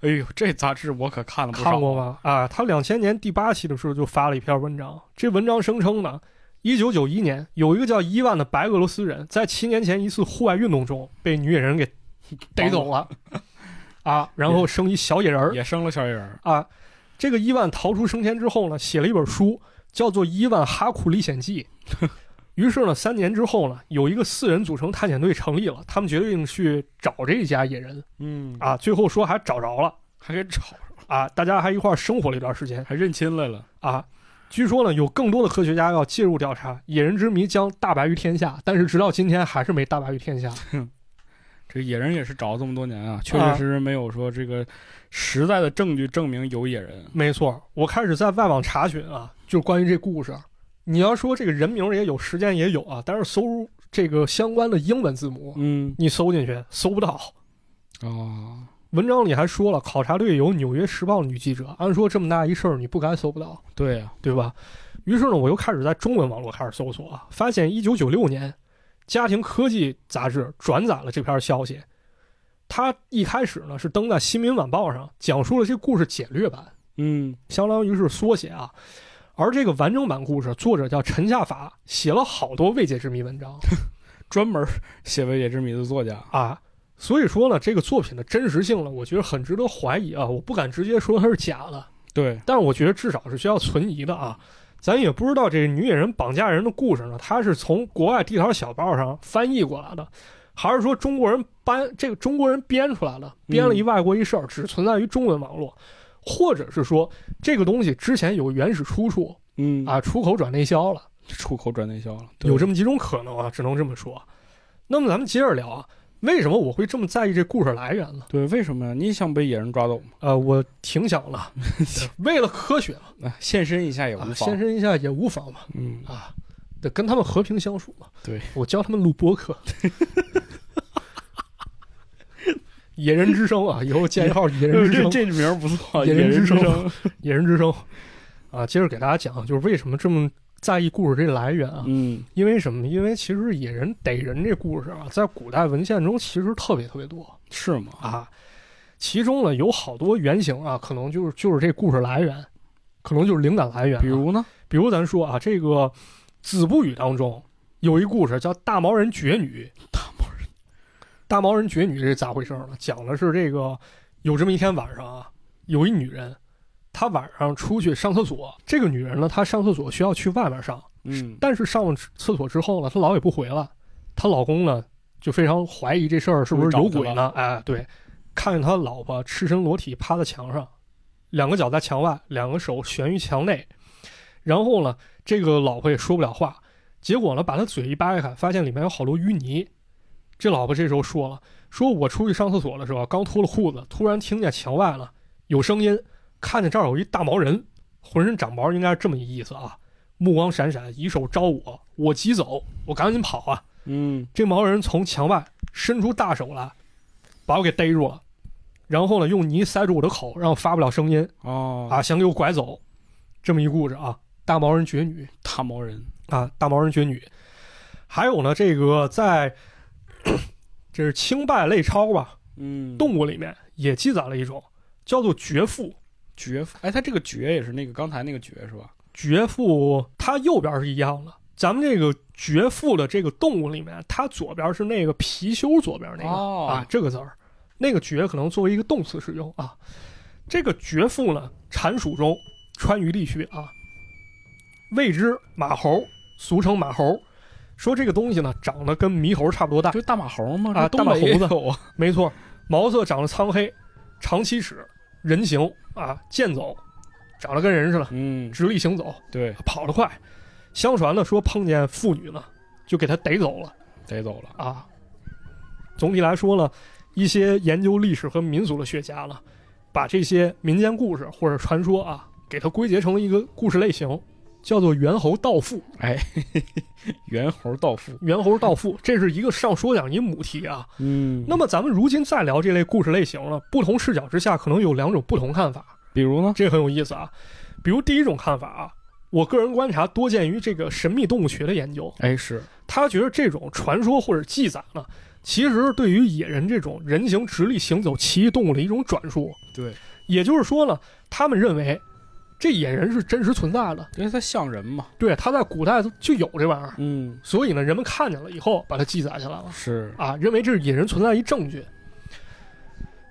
A: 哎呦，这杂志我可看了不少。
B: 看过吗？啊，他两千年第八期的时候就发了一篇文章，这文章声称呢，一九九一年有一个叫伊万的白俄罗斯人，在七年前一次户外运动中被女野人给逮走了，啊，然后生一小野人儿
A: 也生了小野人儿。
B: 啊。这个伊万逃出升天之后呢，写了一本书，叫做《伊万哈库历险记》。 于是呢，三年之后呢，有一个四人组成探险队成立了，他们决定去找这家野人
A: 嗯啊，
B: 啊。最后说还找着了
A: 还给吵，
B: 啊，大家还一块儿生活了一段时间。
A: 还认亲来了。
B: 啊。据说呢，有更多的科学家要介入调查，野人之谜将大白于天下。但是直到今天还是没大白于天下。
A: 这野人也是找了这么多年啊，确确实实没有说这个实在的证据证明有野人。
B: 没错，我开始在外网查询啊，就是关于这故事。你要说这个人名也有，时间也有啊，但是搜这个相关的英文字母，
A: 嗯
B: 你搜进去搜不到。
A: 啊，
B: 文章里还说了，考察队有《纽约时报》女记者，按说这么大一事儿，你不该搜不到。
A: 对呀、
B: 对吧？于是呢，我又开始在中文网络开始搜索啊，发现一九九六年，《家庭科技》杂志转载了这篇消息。它一开始呢是登在《新民晚报》上，讲述了这故事简略版，
A: 嗯
B: 相当于是缩写啊。而这个完整版故事，作者叫陈夏法，写了好多未解之谜文章
A: 专门写为野之谜的作家。
B: 啊。所以说呢，这个作品的真实性呢，我觉得很值得怀疑啊。我不敢直接说它是假的，
A: 对，
B: 但是我觉得至少是需要存疑的啊。咱也不知道这个女野人绑架人的故事呢，它是从国外地条小报上翻译过来的，还是说中国人搬这个中国人编出来的，编了一外国一事儿，只存在于中文网络，或者是说这个东西之前有原始出处
A: 嗯啊，
B: 啊，出口转内销了，
A: 出口转内销了，对
B: 有这么几种可能啊，只能这么说。那么咱们接着聊啊，为什么我会这么在意这故事来源呢？
A: 对，为什么呀？你想被野人抓走吗？
B: 呃，我挺想了， 为了科学嘛，
A: 啊，献身一下也无
B: 啊，
A: 妨。
B: 献身一下也无妨嘛。
A: 嗯，
B: 啊，得跟他们和平相处嘛。
A: 对，
B: 我教他们录播 客。野人之声啊，以后建一号野人之
A: 这
B: 声，
A: 这名儿不错，
B: 野
A: 野
B: 人之
A: 之
B: 声
A: 声。
B: 野人之声啊，接着给大家讲，就是为什么这么在意故事这来源啊？
A: 嗯
B: 因为什么？因为其实野人逮人这故事啊，在古代文献中其实特别特别多，
A: 是吗？
B: 啊，其中呢有好多原型啊，可能就是就是这故事来源，可能就是灵感来源啊、
A: 比如呢？
B: 比如咱说啊，这个《子不语》当中有一故事叫“大毛人绝女”。大毛人，大毛人绝女这是咋回事呢？讲的是这个有这么一天晚上啊，有一女人，她晚上出去上厕所。这个女人呢，她上厕所需要去外面上，
A: 嗯
B: 但是上了厕所之后呢，她老也不回了。她老公呢，就非常怀疑这事儿是不是有鬼呢？哎，对，看见他老婆赤身裸体趴在墙上，两个脚在墙外，两个手悬于墙内，然后呢，这个老婆也说不了话，结果呢，把他嘴一掰开，发现里面有好多淤泥。这老婆这时候说了：“说我出去上厕所的时候，啊刚脱了裤子，突然听见墙外了有声音，看见这儿有一大毛人，浑身长毛，应该是这么一意思啊。目光闪闪，以手招我，我急走，我赶紧跑啊！
A: 嗯
B: 这毛人从墙外伸出大手来，把我给逮住了，然后呢，用泥塞住我的口，让我发不了声音
A: 哦
B: 啊，想给我拐走。这么一故事啊，大毛人绝女
A: 大毛人
B: 啊，大毛人绝女。还有呢，这个在这是清代类钞吧，
A: 嗯
B: 动物里面也记载了一种叫做绝妇。
A: 绝夫，哎，他这个绝也是那个刚才那个绝是吧？
B: 绝妇它右边是一样的，咱们这个绝妇的这个动物里面，它左边是那个貔貅，左边那个、
A: 哦
B: 啊这个字儿，那个绝可能作为一个动词使用啊。这个绝妇呢，产属中川渝地区啊，谓之马猴，俗称马猴。说这个东西呢，长得跟猕猴差不多大，
A: 就大马猴吗？
B: 啊
A: 这东北也
B: 大马
A: 有啊。
B: 没错，毛色长得苍黑，长期齿，人形啊，健走，长得跟人似的，
A: 嗯，
B: 直立行走。
A: 对，
B: 跑得快。相传呢说碰见妇女呢，就给他逮走了
A: 逮走了。
B: 啊。总体来说呢，一些研究历史和民俗的学家呢，把这些民间故事或者传说啊，给它归结成一个故事类型，叫做猿猴道父。
A: 哎，猿猴道父，
B: 猿猴道父，这是一个上说讲一母题啊。
A: 嗯
B: 那么咱们如今再聊这类故事类型了，不同视角之下可能有两种不同看法，
A: 比如呢？
B: 这很有意思啊。比如第一种看法啊，我个人观察多见于这个神秘动物学的研究，
A: 哎，是
B: 他觉得这种传说或者记载呢，其实对于野人这种人形直立行走奇异动物的一种转述。
A: 对，
B: 也就是说呢，他们认为这野人是真实存在的，
A: 因为它像人嘛。
B: 对，他在古代就有这玩意儿，
A: 嗯，
B: 所以呢，人们看见了以后把它记载下来了。
A: 是
B: 啊，认为这是野人存在一证据。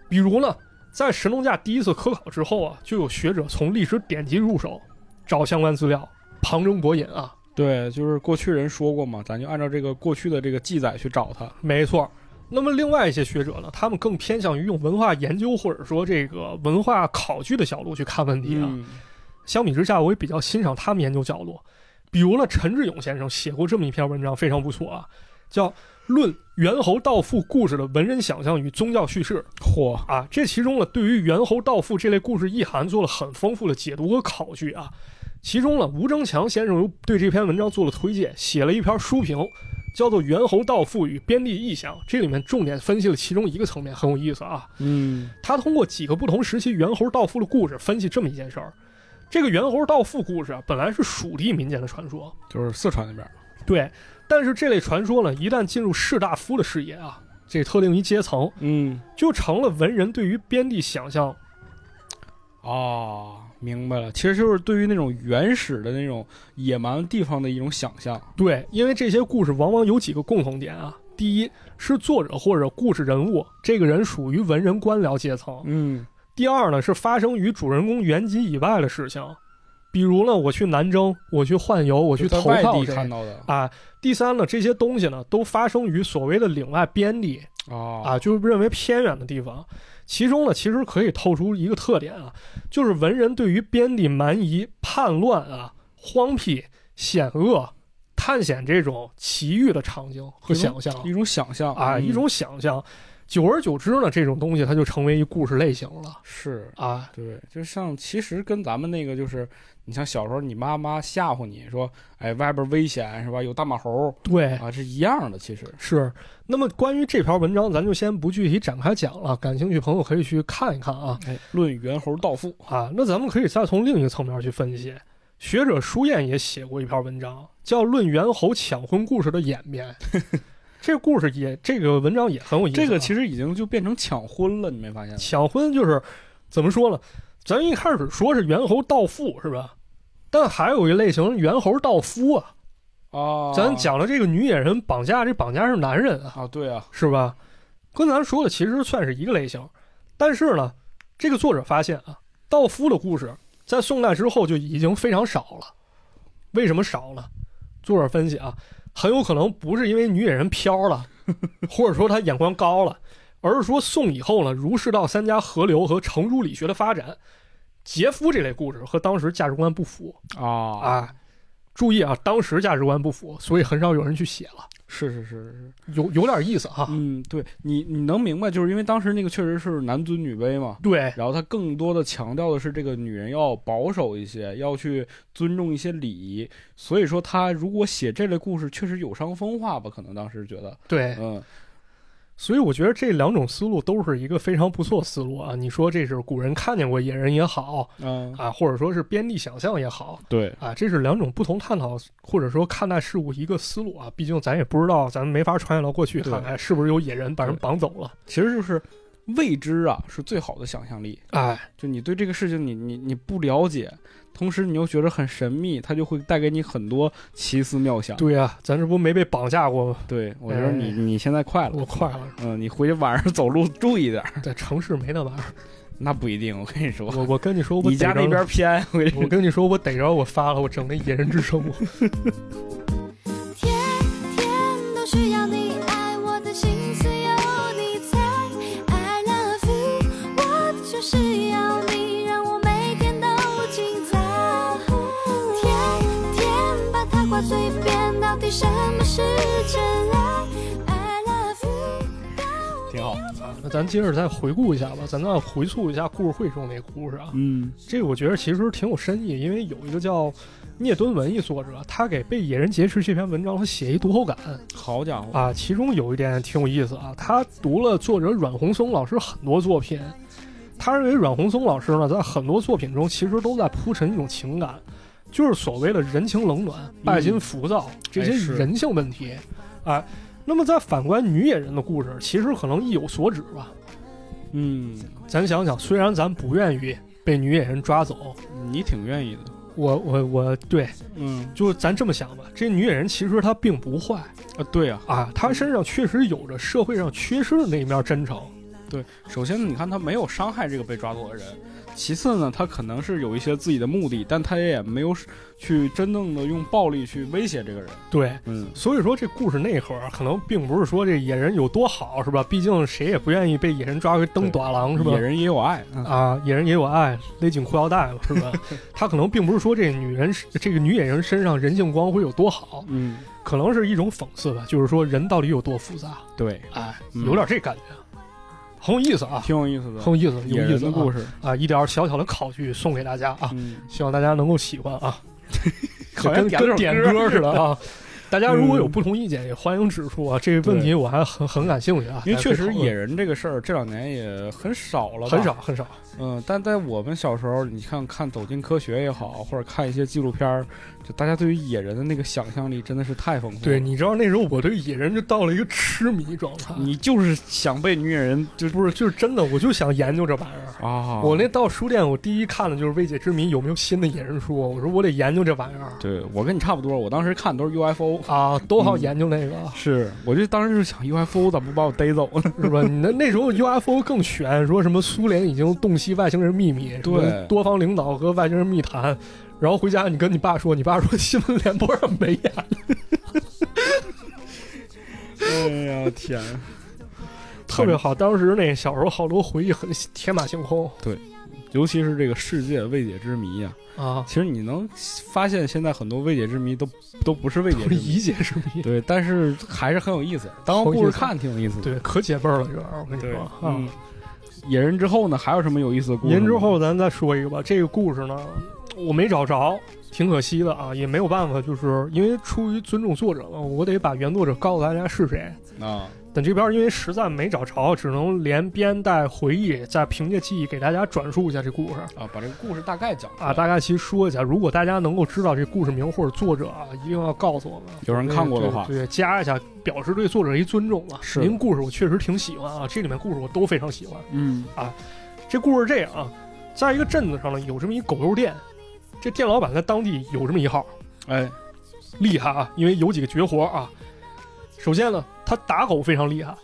B: 比如呢，在神农架第一次科考之后啊，就有学者从历史典籍入手找相关资料，旁征博引啊。
A: 对，就是过去人说过嘛，咱就按照这个过去的这个记载去找它。
B: 没错。那么另外一些学者呢，他们更偏向于用文化研究或者说这个文化考据的角度去看问题啊。
A: 嗯，
B: 相比之下，我也比较欣赏他们研究角度。比如呢，陈志勇先生写过这么一篇文章，非常不错啊，叫《论猿猴道父故事的文人想象与宗教叙事》。
A: 嚯，
B: 啊，这其中呢，对于猿猴道父这类故事意涵做了很丰富的解读和考据啊。其中呢，吴征强先生又对这篇文章做了推荐，写了一篇书评，叫做《猿猴道父与边地意象》。这里面重点分析了其中一个层面，很有意思啊。
A: 嗯，
B: 他通过几个不同时期猿猴道父的故事，分析这么一件事儿：这个猿猴道父故事啊，本来是蜀地民间的传说，
A: 就是四川那边儿。
B: 对。但是这类传说呢，一旦进入士大夫的视野啊，这特定一阶层，
A: 嗯，
B: 就成了文人对于边地想象
A: 哦，明白了，其实就是对于那种原始的那种野蛮地方的一种想象。
B: 对，因为这些故事往往有几个共同点啊。第一是作者或者故事人物这个人属于文人官僚阶层；
A: 嗯，
B: 第二呢是发生于主人公原籍以外的事情，比如呢我去南征，我去宦游，我
A: 我
B: 去
A: 在
B: 投
A: 外
B: 靠
A: 地
B: 谁
A: 看到的
B: 啊。第三呢这些东西呢都发生于所谓的岭外边地
A: 哦
B: 啊，就是认为偏远的地方。其中呢其实可以透出一个特点啊，就是文人对于边地蛮夷、叛乱啊、荒僻、险恶、探险这种奇遇的场景和想象
A: 一种想象
B: 啊，
A: 嗯
B: 一种想象。久而久之呢，这种东西它就成为一故事类型了
A: 是。
B: 啊。
A: 对，就像其实跟咱们那个就是，你像小时候你妈妈吓唬你说，哎，外边危险是吧？有大马猴
B: 对，
A: 啊，是一样的。其实，
B: 是。那么关于这篇文章，咱就先不具体展开讲了，感兴趣朋友可以去看一看啊
A: 哎，论猿猴道父，
B: 啊。那咱们可以再从另一个层面去分析。学者舒燕也写过一篇文章，叫《论猿猴抢婚故事的演 变》。这故事也，这个文章也很有意思、啊。
A: 这个其实已经就变成抢婚了，你没发现吗？
B: 抢婚就是怎么说呢？咱一开始说是猿猴盗父是吧？但还有一类型猿猴盗夫啊，
A: 啊，
B: 咱讲了这个女野人绑架，这绑架是男人啊，
A: 啊，对啊，
B: 是吧？跟咱说的其实算是一个类型，但是呢，这个作者发现啊，盗夫的故事在宋代之后就已经非常少了。为什么少呢？作者分析啊，很有可能不是因为女野人飘了，或者说她眼光高了，而是说宋以后呢，儒释道三家合流和程朱理学的发展，杰夫这类故事和当时价值观不符
A: 啊
B: 啊。注意啊，当时价值观不符，所以很少有人去写了，
A: 是是是是是，
B: 有有点意思哈、
A: 嗯，对你你能明白，就是因为当时那个确实是男尊女卑嘛，
B: 对，
A: 然后他更多的强调的是这个女人要保守一些，要去尊重一些礼仪。所以说，他如果写这类故事，确实有伤风化吧？可能当时觉得，
B: 对，
A: 嗯，
B: 所以我觉得这两种思路都是一个非常不错的思路啊。你说这是古人看见过野人也好
A: 嗯，
B: 啊，或者说是边地想象也好
A: 对，
B: 啊，这是两种不同探讨或者说看待事物一个思路啊。毕竟咱也不知道，咱没法穿越到过去
A: 对
B: 看看是不是有野人把人
A: 对
B: 绑走了。
A: 其实就是未知啊，是最好的想象力。
B: 哎，
A: 就你对这个事情你，你你不了解，同时你又觉得很神秘，它就会带给你很多奇思妙想。
B: 对啊，咱这不没被绑架过吗？
A: 对，我觉得你
B: 哎
A: 你现在快
B: 我
A: 了，
B: 快了，
A: 嗯，你回去晚上走路注意点儿，
B: 在城市没那玩意儿。
A: 那不一定。我跟你说，
B: 我我跟你说，我
A: 你家
B: 逮着
A: 那边，偏，回去
B: 我跟你说，我逮着我发了，我整那野人之生我。
D: 天天都需要你爱，我的心思有你在。I love you，我就是要你让我每天都精彩。天天把它挂嘴边，到底什么是真爱？I love you。
A: 挺好。
B: 啊那 咱接着再回顾一下吧，咱再回溯一下故事会中那个故事啊。
A: 嗯
B: 这个我觉得其实挺有深意，因为有一个叫聂敦文一作者，他给被野人劫持这篇文章，他写一读后感
A: 好家伙，
B: 啊，其中有一点挺有意思啊，他读了作者阮红松老师很多作品，他认为阮红松老师呢，在很多作品中其实都在铺陈一种情感，就是所谓的人情冷暖、拜金浮躁、这
A: 嗯哎
B: 些
A: 是
B: 人性问题，啊。那么再反观女野人的故事，其实可能意有所指吧。
A: 嗯，
B: 咱想想，虽然咱不愿意被女野人抓走，
A: 你挺愿意的，
B: 我我我对，
A: 嗯
B: 就是咱这么想吧，这女野人其实她并不坏
A: 啊，对啊，
B: 啊，她身上确实有着社会上缺失的那一面真诚。
A: 对，首先你看他没有伤害这个被抓走的人，其次呢，他可能是有一些自己的目的，但他也没有去真正的用暴力去威胁这个人。
B: 对，
A: 嗯，
B: 所以说这故事内核可能并不是说这野人有多好，是吧？毕竟谁也不愿意被野人抓回当短郎，是吧
A: 野？人也有爱，嗯
B: 啊，野人也有爱，勒紧裤腰带嘛，是吧？ 他可能并不是说这女人这个女野人身上人性光辉有多好，
A: 嗯，
B: 可能是一种讽刺吧，就是说人到底有多复杂，
A: 对，
B: 哎，
A: 嗯
B: 有点这感觉，很有意思啊，
A: 挺有意思的，
B: 很有意思，
A: 野
B: 有意
A: 人
B: 思
A: 的故
B: 事
A: 事。
B: 啊，一点儿小小的考据送给大家啊，
A: 嗯，
B: 希望大家能够喜欢啊，
A: 好像
B: 跟
A: 点了
B: 跟
A: 首
B: 点
A: 歌
B: 歌似的啊。大家如果有
A: 嗯
B: 不同意见，也欢迎指出啊。这个问题我还很很感兴趣啊，
A: 因为确
B: 大家
A: 实
B: 可以讨论
A: 野人这个事儿这两年也很少了，
B: 很少。很少。
A: 嗯，但在我们小时候，你看看《走进科学》也好，或者看一些纪录片儿，就大家对于野人的那个想象力真的是太丰富了。
B: 对，你知道那时候我对野人就到了一个痴迷状态，
A: 你就是想被女野人就是
B: 不是就是真的，我就想研究这玩意儿。
A: 啊，
B: 我那到书店，我第一看的就是《未解之谜》有没有新的野人书，我说我得研究这玩意儿
A: 对我跟你差不多，我当时看都是 UFO，
B: 啊，都好
A: 嗯
B: 研究那个。
A: 是，我就当时就想 UFO 咋不把我逮走 呢？
B: 是吧？你那那时候 UFO 更悬，说什么苏联已经洞悉外星人秘密，什么
A: 对
B: 多方领导和外星人密谈，然后回家你跟你爸说，你爸说新闻联播上没演。
A: 哎呀天，
B: 特别好，当时那小时候好多回忆很天马行空
A: 尤其是这个世界未解之谜呀、
B: 啊，
A: 其实你能发现现在很多未解之谜都都不是未解
B: 不是
A: 之谜，
B: 一解之谜，
A: 对，但是还是很有意思，当
B: 好有
A: 故
B: 意
A: 事
B: 思
A: 看挺有意思的。
B: 对，可解闷儿了，这玩意儿我跟你
A: 对
B: 说，
A: 嗯
B: 啊。，
A: 野人之后呢，还有什么有意思的故事？
B: 您之，后咱再说一个吧，这个故事呢，我没找着，挺可惜的啊，也没有办法，就是因为出于尊重作者嘛，我得把原作者告诉大家是谁。
A: 啊，
B: 等这边因为实在没找着，只能连编带回忆，再凭借记忆给大家转述一下这故事
A: 啊，把这个故事大概讲出来
B: 啊。大概其实说一下，如果大家能够知道这故事名或者作者啊，一定要告诉我们。
A: 有人看过的话
B: 对，对加一下，表示对作者一尊重啊。
A: 是
B: 您故事我确实挺喜欢啊，这里面故事我都非常喜欢。
A: 嗯
B: 这故事这样啊，在一个镇子上呢，有这么一狗肉店，这店老板在当地有这么一号，
A: 哎，
B: 厉害啊，因为有几个绝活啊。首先呢，他打狗非常厉害，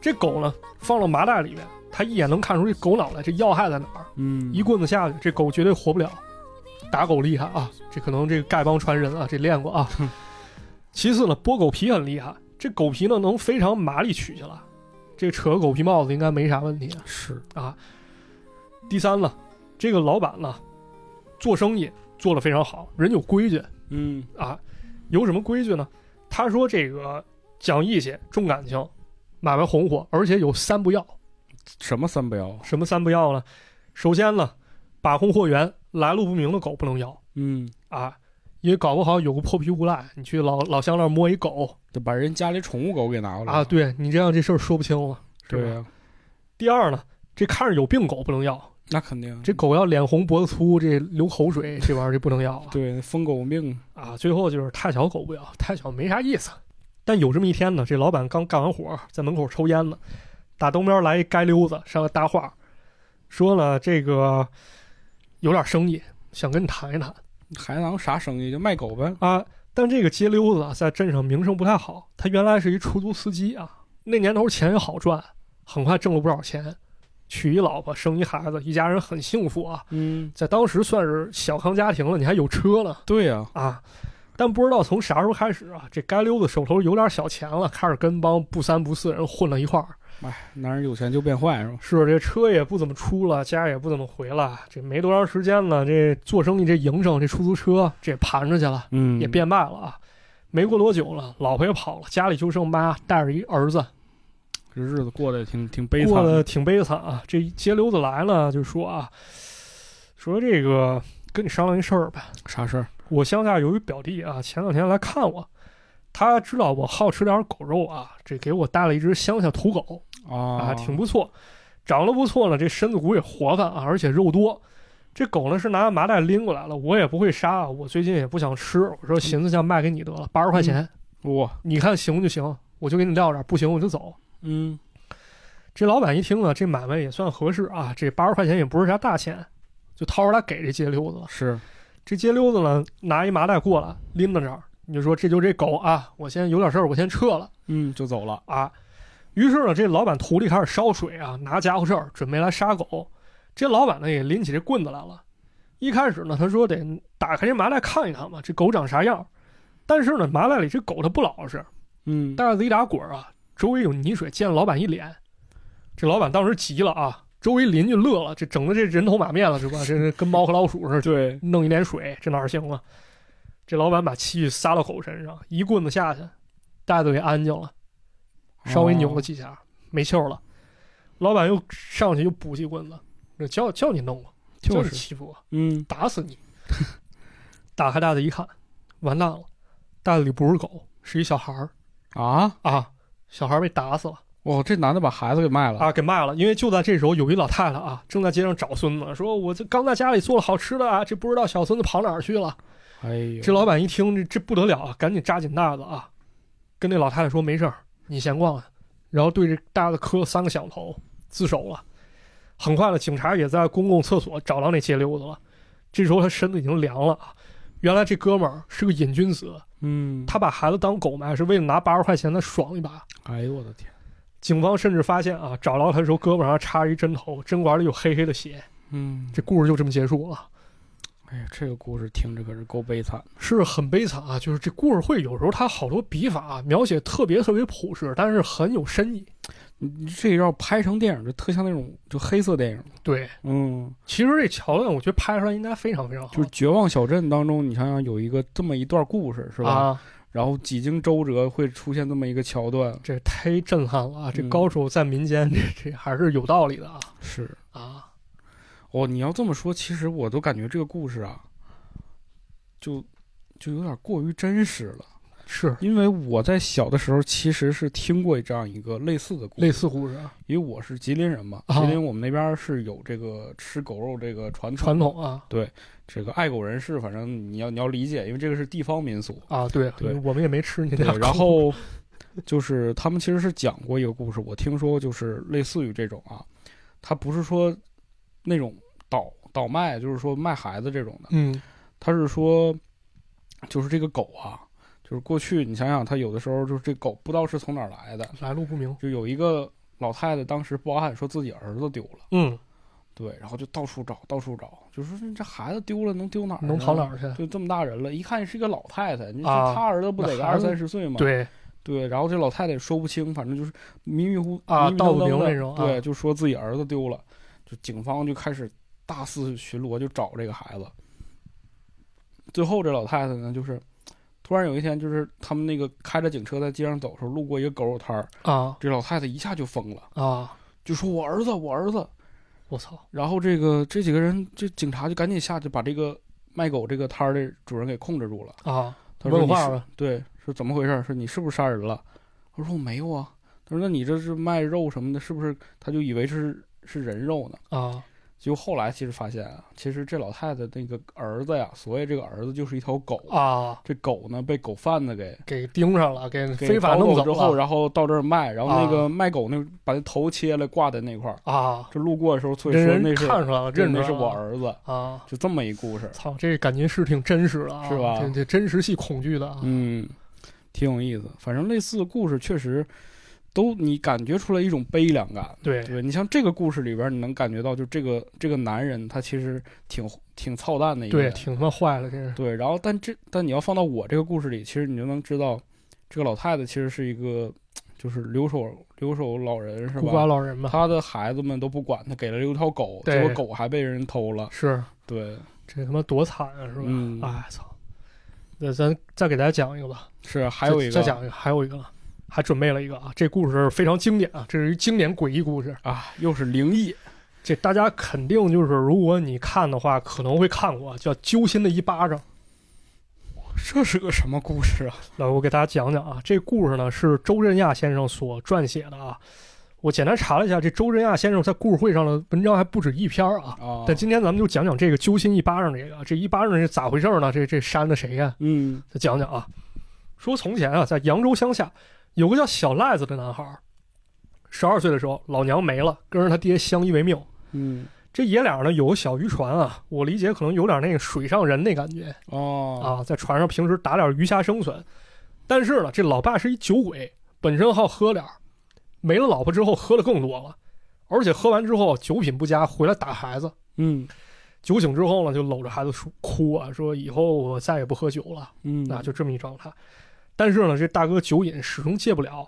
B: 这狗呢放到麻袋里面，他一眼能看出这狗脑袋这要害在哪儿，
A: 嗯
B: 一棍子下去，这狗绝对活不了。打狗厉害啊，这可能这个丐帮传人啊，这练过啊。其次呢，剥狗皮很厉害，这狗皮呢能非常麻利取下来，这扯个狗皮帽子应该没啥问题。啊
A: 是
B: 第三呢，这个老板呢做生意做得非常好，人有规矩，
A: 嗯
B: 啊，有什么规矩呢？他说这个讲义气、重感情，买卖红火，而且有三不要。
A: 什么三不啊要？
B: 什么三不要呢？首先呢，把控货源，来路不明的狗不能要
A: 嗯，
B: 啊，因为搞不好有个泼皮无赖，你去老老乡那儿摸一狗
A: 就把人家里宠物狗给拿过来
B: 啊，对你这样这事儿说不清了。是吧
A: 对啊呀，
B: 第二呢，这看着有病狗不能要，
A: 那肯定
B: 这狗要脸红脖子粗，这流口水，这玩意儿就不能要啊。
A: 对疯狗命，
B: 啊，最后就是太小狗不要，太小没啥意思。但有这么一天呢，这老板刚干完活，在门口抽烟呢，打东边来一街溜子上来搭话，说呢这个有点生意，想跟你谈一谈
A: 还能啥生意？就卖狗呗。
B: 啊。但这个街溜子啊，在镇上名声不太好，他原来是一出租司机啊，那年头钱也好赚，很快挣了不少钱，娶一老婆，生一孩子，一家人很幸福啊，
A: 嗯，
B: 在当时算是小康家庭了，你还有车呢。
A: 对呀，
B: 啊。但不知道从啥时候开始啊，这街溜子手头有点小钱了，开始跟帮不三不四人混了一块儿。
A: 哎男人有钱就变坏是吧？
B: 是这车也不怎么出了，家也不怎么回了。这没多长时间呢，这做生意这营生这出租车这盘着去了，
A: 嗯
B: 也变卖了啊。没过多久了，老婆也跑了，家里就剩妈带着一儿子。
A: 这日子过得挺挺悲
B: 过
A: 惨
B: 得
A: 的。
B: 挺悲惨啊。这街溜子来了，就说啊，说这个跟你商量一事儿吧。
A: 啥事儿？
B: 我乡下有一表弟啊，前两天来看我，他知道我好吃点狗肉啊，这给我带了一只乡下土狗啊，
A: 啊，
B: 挺不错，长得不错呢，这身子骨也活泛啊，而且肉多。这狗呢是拿麻袋拎过来了，我也不会杀，啊我最近也不想吃，我说寻思想卖给你得了，八十块钱，
A: 哇，
B: 你看行就行，我就给你撂这儿，不行我就走。
A: 嗯
B: 这老板一听呢，这买卖也算合适啊，这八十块钱也不是啥大钱，就掏出来给这街溜子了。
A: 是，
B: 这街溜子呢，拿一麻袋过来，拎到这儿，你就说这就这狗啊，我先有点事儿，我先撤了
A: 嗯就走了。
B: 啊。于是呢，这老板徒弟开始烧水啊，拿家伙事儿准备来杀狗。这老板呢也拎起这棍子来了。一开始呢，他说得打开这麻袋看一看嘛，这狗长啥样。但是呢，麻袋里这狗它不老实，
A: 嗯，
B: 带着自己打滚儿啊，周围有泥水溅了老板一脸。这老板当时急了啊，周围邻居乐了，这整的这人头马面了是吧？这是跟猫和老鼠似的，
A: 对，
B: 弄一脸水，这哪儿行啊？这老板把气撒到狗身上，一棍子下去，袋子给安静了，
A: 哦
B: 稍微扭了几下，没气儿了。老板又上去又补几棍子，这叫叫你弄我，
A: 就
B: 叫你
A: 是，
B: 欺负我，
A: 嗯，
B: 打死你！ 打开袋子一看，完蛋了，袋子里不是狗，是一小孩儿。
A: 啊，
B: 啊，小孩被打死了
A: 哇，这男的把孩子给卖了，
B: 啊，给卖了。因为就在这时候，有一老太太啊，正在街上找孙子，说我这刚在家里做了好吃的啊，这不知道小孙子跑哪儿去了。
A: 哎呦，
B: 这老板一听这这不得了啊，赶紧扎紧袋子啊，跟那老太太说没事儿，你闲逛啊，然后对着袋子磕了三个响头，自首了。很快呢，警察也在公共厕所找到那街溜子了。这时候他身子已经凉了啊，原来这哥们儿是个瘾君子，
A: 嗯，
B: 他把孩子当狗卖，是为了拿八十块钱的爽一把。
A: 哎呦我的天，
B: 警方甚至发现啊，找到他的时候，胳膊上插着一针头，针管里有黑黑的血。
A: 嗯，
B: 这故事就这么结束了，
A: 哎呀，这个故事听着可是够悲惨的，
B: 是很悲惨啊。就是这故事会有时候它好多笔法、啊、描写特别特别朴实，但是很有深意。
A: 你你这要拍成电影，就特像那种就黑色电影，
B: 对，
A: 嗯，
B: 其实这桥段我觉得拍出来应该非常非常好，
A: 就是《绝望小镇》当中，你想想有一个这么一段故事是吧？
B: 啊，
A: 然后几经周折会出现这么一个桥段，
B: 这太震撼了啊！这
A: 嗯
B: 高手在民间，这这还是有道理的啊
A: 是
B: 啊！
A: 哦，你要这么说，其实我都感觉这个故事啊，就就有点过于真实了。
B: 是
A: 因为我在小的时候其实是听过这样一个类似的故
B: 类
A: 事，
B: 似故事啊，
A: 因为我是吉林人嘛，
B: 啊
A: 吉林我们那边是有这个吃狗肉这个传统，
B: 传统啊
A: 这个爱狗人士，反正你要你要理解，因为这个是地方民俗。
B: 啊，对，
A: 对
B: 我们也没吃你
A: 对
B: 那，
A: 然后就是他们其实是讲过一个故事，我听说就是类似于这种啊，他不是说那种倒倒卖，就是说卖孩子这种的，
B: 嗯
A: 他是说，就是这个狗啊，就是过去你想想，他有的时候就是这狗不知道是从哪儿来的，
B: 来路不明，
A: 就有一个老太太当时报案说自己儿子丢了，
B: 嗯，
A: 对，然后就到处找，到处找，就说这孩子丢了能丢哪儿？啊
B: 嗯能跑哪？儿去？
A: 就这么大人了，一看是一个老太太，你说
B: 啊
A: 她儿子不得个
B: 那孩
A: 二
B: 子
A: 三十岁吗？
B: 对，
A: 对，然后这老太太也说不清，反正就是迷迷糊
B: 啊
A: 迷迷
B: 道
A: 瞪
B: 不
A: 瞪
B: 明
A: 的
B: 那种啊
A: 对，就说自己儿子丢了，就警方就开始大肆巡逻，就找这个孩子。最后这老太太呢，就是突然有一天，就是他们那个开着警车在街上走的时候，路过一个狗肉摊儿，
B: 啊
A: 这老太太一下就疯了，
B: 啊！
A: 就说我儿子，我儿子。
B: 我操！
A: 然后这个这几个人，这警察就赶紧下去把这个卖狗这个摊儿的主人给控制住了。
B: 啊，
A: 他说
B: 问
A: 你
B: 话
A: 是
B: 了
A: 对，说怎么回事儿？说你是不是杀人了？他说我没有啊。他说那你这是卖肉什么的，是不是？他就以为是是人肉呢。
B: 啊
A: 结果后来其实发现啊，其实这老太太那个儿子呀，所谓这个儿子就是一条狗。
B: 啊，
A: 这狗呢被狗贩子给
B: 给盯上了，给
A: 给
B: 非法
A: 搞
B: 弄
A: 走
B: 走
A: 之后，
B: 了
A: 然后到这儿卖，然后那
B: 啊
A: 个卖狗那把那头切了挂在那块儿。
B: 啊，
A: 这路过的时候，所以
B: 人
A: 说那
B: 人
A: 是
B: 看出来了，
A: 这
B: 认出
A: 那
B: 来
A: 是我
B: 了
A: 儿子，
B: 啊！
A: 就这么一故事。
B: 操，这感觉是挺真实的啊，
A: 是吧
B: 这这真实系恐惧的啊，
A: 嗯，挺有意思。反正类似的故事确实都你感觉出来一种悲凉感。
B: 对
A: 对你像这个故事里边，你能感觉到，就这个这个男人他其实挺挺操蛋的一个
B: 对，
A: 人。
B: 挺他妈坏的，这是
A: 对然后但这但你要放到我这个故事里，其实你就能知道，这个老太太其实是一个就是留守留守老人是
B: 孤寡
A: 吧？
B: 老人嘛，
A: 他的孩子们都不管他，给了留条狗，结
B: 对
A: 果狗还被人偷了。
B: 是
A: 对，
B: 这他妈多惨啊，是
A: 嗯
B: 吧？哎，操！那咱再给大家讲一个吧，
A: 是还有
B: 再
A: 一个
B: 再讲一个，还有一个了还准备了一个啊，这故事非常经典啊，这是一经典诡异故事。
A: 啊，又是灵异，
B: 这大家肯定就是，如果你看的话，可能会看过，啊叫《揪心的一巴掌》。
A: 这是个什么故事 啊？
B: 来，我给大家讲讲啊，这故事呢是周振亚先生所撰写的啊。我简单查了一下，这周振亚先生在故事会上的文章还不止一篇啊。
A: 啊，
B: 但今天咱们就讲讲这个揪心一巴掌这个，啊这一巴掌是咋回事儿呢？这这扇的谁呀、
A: 嗯
B: 再讲讲啊，说从前啊，在扬州乡下有个叫小赖子的男孩儿，十二岁的时候老娘没了，跟着他爹相依为命。
A: 嗯
B: 这爷俩呢有个小渔船啊，我理解可能有点那个水上人那感觉
A: 哦
B: 啊，在船上平时打点鱼虾生存。但是呢，这老爸是一酒鬼，本身好喝点儿，没了老婆之后喝的更多了，而且喝完之后酒品不佳，回来打孩子。
A: 嗯
B: 酒醒之后呢，就搂着孩子说哭啊，说以后我再也不喝酒了。
A: 嗯，
B: 那就这么一状态。但是呢，这大哥酒瘾始终戒不了，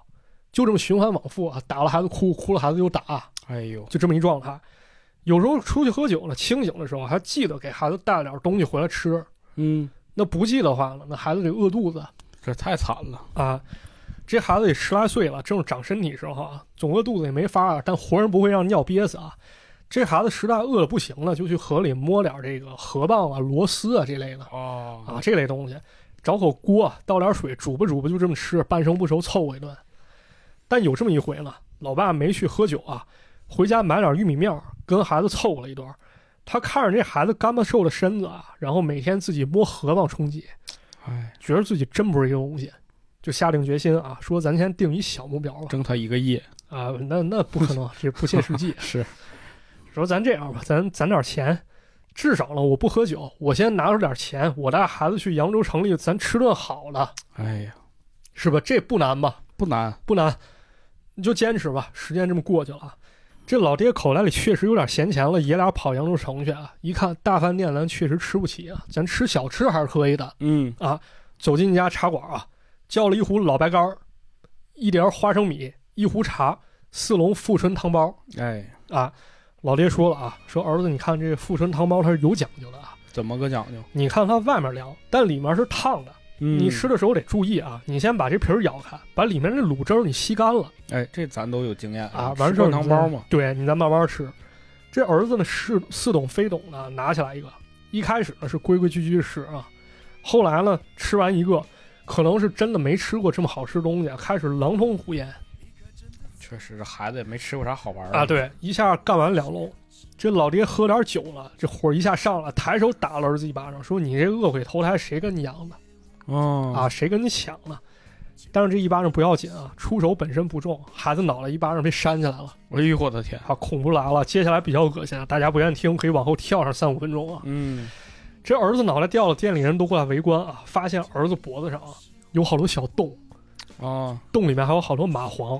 B: 就这么循环往复啊，打了孩子哭，哭了孩子又打，
A: 哎呦，
B: 就这么一状态。有时候出去喝酒了，清醒的时候还记得给孩子带了点东西回来吃，
A: 嗯，
B: 那不记得话呢，那孩子得饿肚子
A: 这太惨了，
B: 啊。这孩子也十来岁了，正是长身体时候啊，总饿肚子也没法啊，但活人不会让尿憋死啊。这孩子实在饿得不行了，就去河里摸点这个河蚌啊、螺丝啊这类的，
A: 哦
B: 啊，这类东西，找口锅啊倒点水，煮吧煮吧，就这么吃，半生不熟凑合一顿。但有这么一回呢，老爸没去喝酒啊，回家买点玉米面儿，跟孩子凑合了一段儿。他看着这孩子干巴瘦的身子啊，然后每天自己摸河蚌充饥，
A: 哎，
B: 觉得自己真不是一个东西，就下定决心啊，说咱先定一小目标吧。
A: 挣他一个亿
B: 啊、那那不可能，这不切实际。啊
A: 是，
B: 说咱这样吧，咱攒点钱，至少呢，我不喝酒，我先拿出点钱，我带孩子去扬州城里，咱吃顿好的，
A: 哎呀，
B: 是吧？这不难吧？
A: 不难，
B: 不难，你就坚持吧。时间这么过去了啊，这老爹口袋里确实有点闲钱了，爷俩跑扬州城去啊。一看大饭店，咱确实吃不起啊，咱吃小吃还是可以的。
A: 嗯
B: 走进一家茶馆啊，叫了一壶老白干儿，一碟儿花生米，一壶茶，四笼富春汤包。
A: 哎，
B: 啊，老爹说了啊，说儿子，你看这富春汤包它是有讲究的啊，
A: 怎么个讲究？
B: 你看它外面凉，但里面是烫的，
A: 嗯，
B: 你吃的时候得注意啊，你先把这皮儿咬开，把里面那卤汁儿你吸干了
A: 哎，这咱都有经验
B: 啊，
A: 嗯吃
B: 完事儿
A: 灌
B: 你再
A: 汤包嘛，，
B: 对你再慢慢吃。这儿子呢是似懂非懂的拿起来一个，一开始呢是规规矩矩吃啊，后来呢吃完一个，可能是真的没吃过这么好吃的东西，啊开始狼吞虎咽。
A: 确实这孩子也没吃过啥好玩儿的
B: 啊，，对，一下干完两笼，这老爹喝点酒了，这火一下上了，抬手打了儿子一巴掌，说：“你这恶鬼投胎，谁跟你养的
A: 哦
B: 啊？谁跟你抢的？”但是这一巴掌不要紧啊，出手本身不重，孩子脑袋一巴掌被扇起来了，
A: 哎呦我的天，
B: 啊，恐怖来了。接下来比较恶心啊，大家不愿意听，可以往后跳上三五分钟啊。
A: 嗯，
B: 这儿子脑袋掉了，店里人都过来围观啊，发现儿子脖子上啊有好多小洞，
A: 哦，
B: 洞里面还有好多蚂蟥。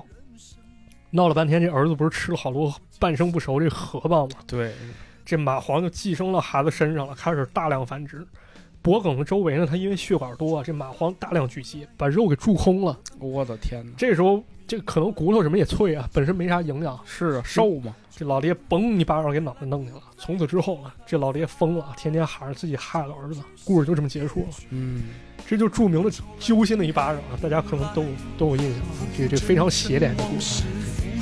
B: 闹了半天，这儿子不是吃了好多半生不熟这河蚌吗？
A: 对，
B: 这蚂蟥就寄生到孩子身上了，开始大量繁殖。脖梗的周围呢，它因为血管多啊，这蚂蟥大量聚集，把肉给蛀空了。
A: 我的天哪，
B: 这时候，这可能骨头什么也脆啊，本身没啥营养。
A: 是啊，瘦嘛，
B: 这老爹嘣一巴掌给脑袋弄去了。从此之后呢，这老爹疯了，天天喊着自己害了儿子。故事就这么结束了。
A: 嗯，
B: 这就著名的揪心的一巴掌啊，大家可能都有都有印象啊。这这非常邪典的故事。
C: 时浮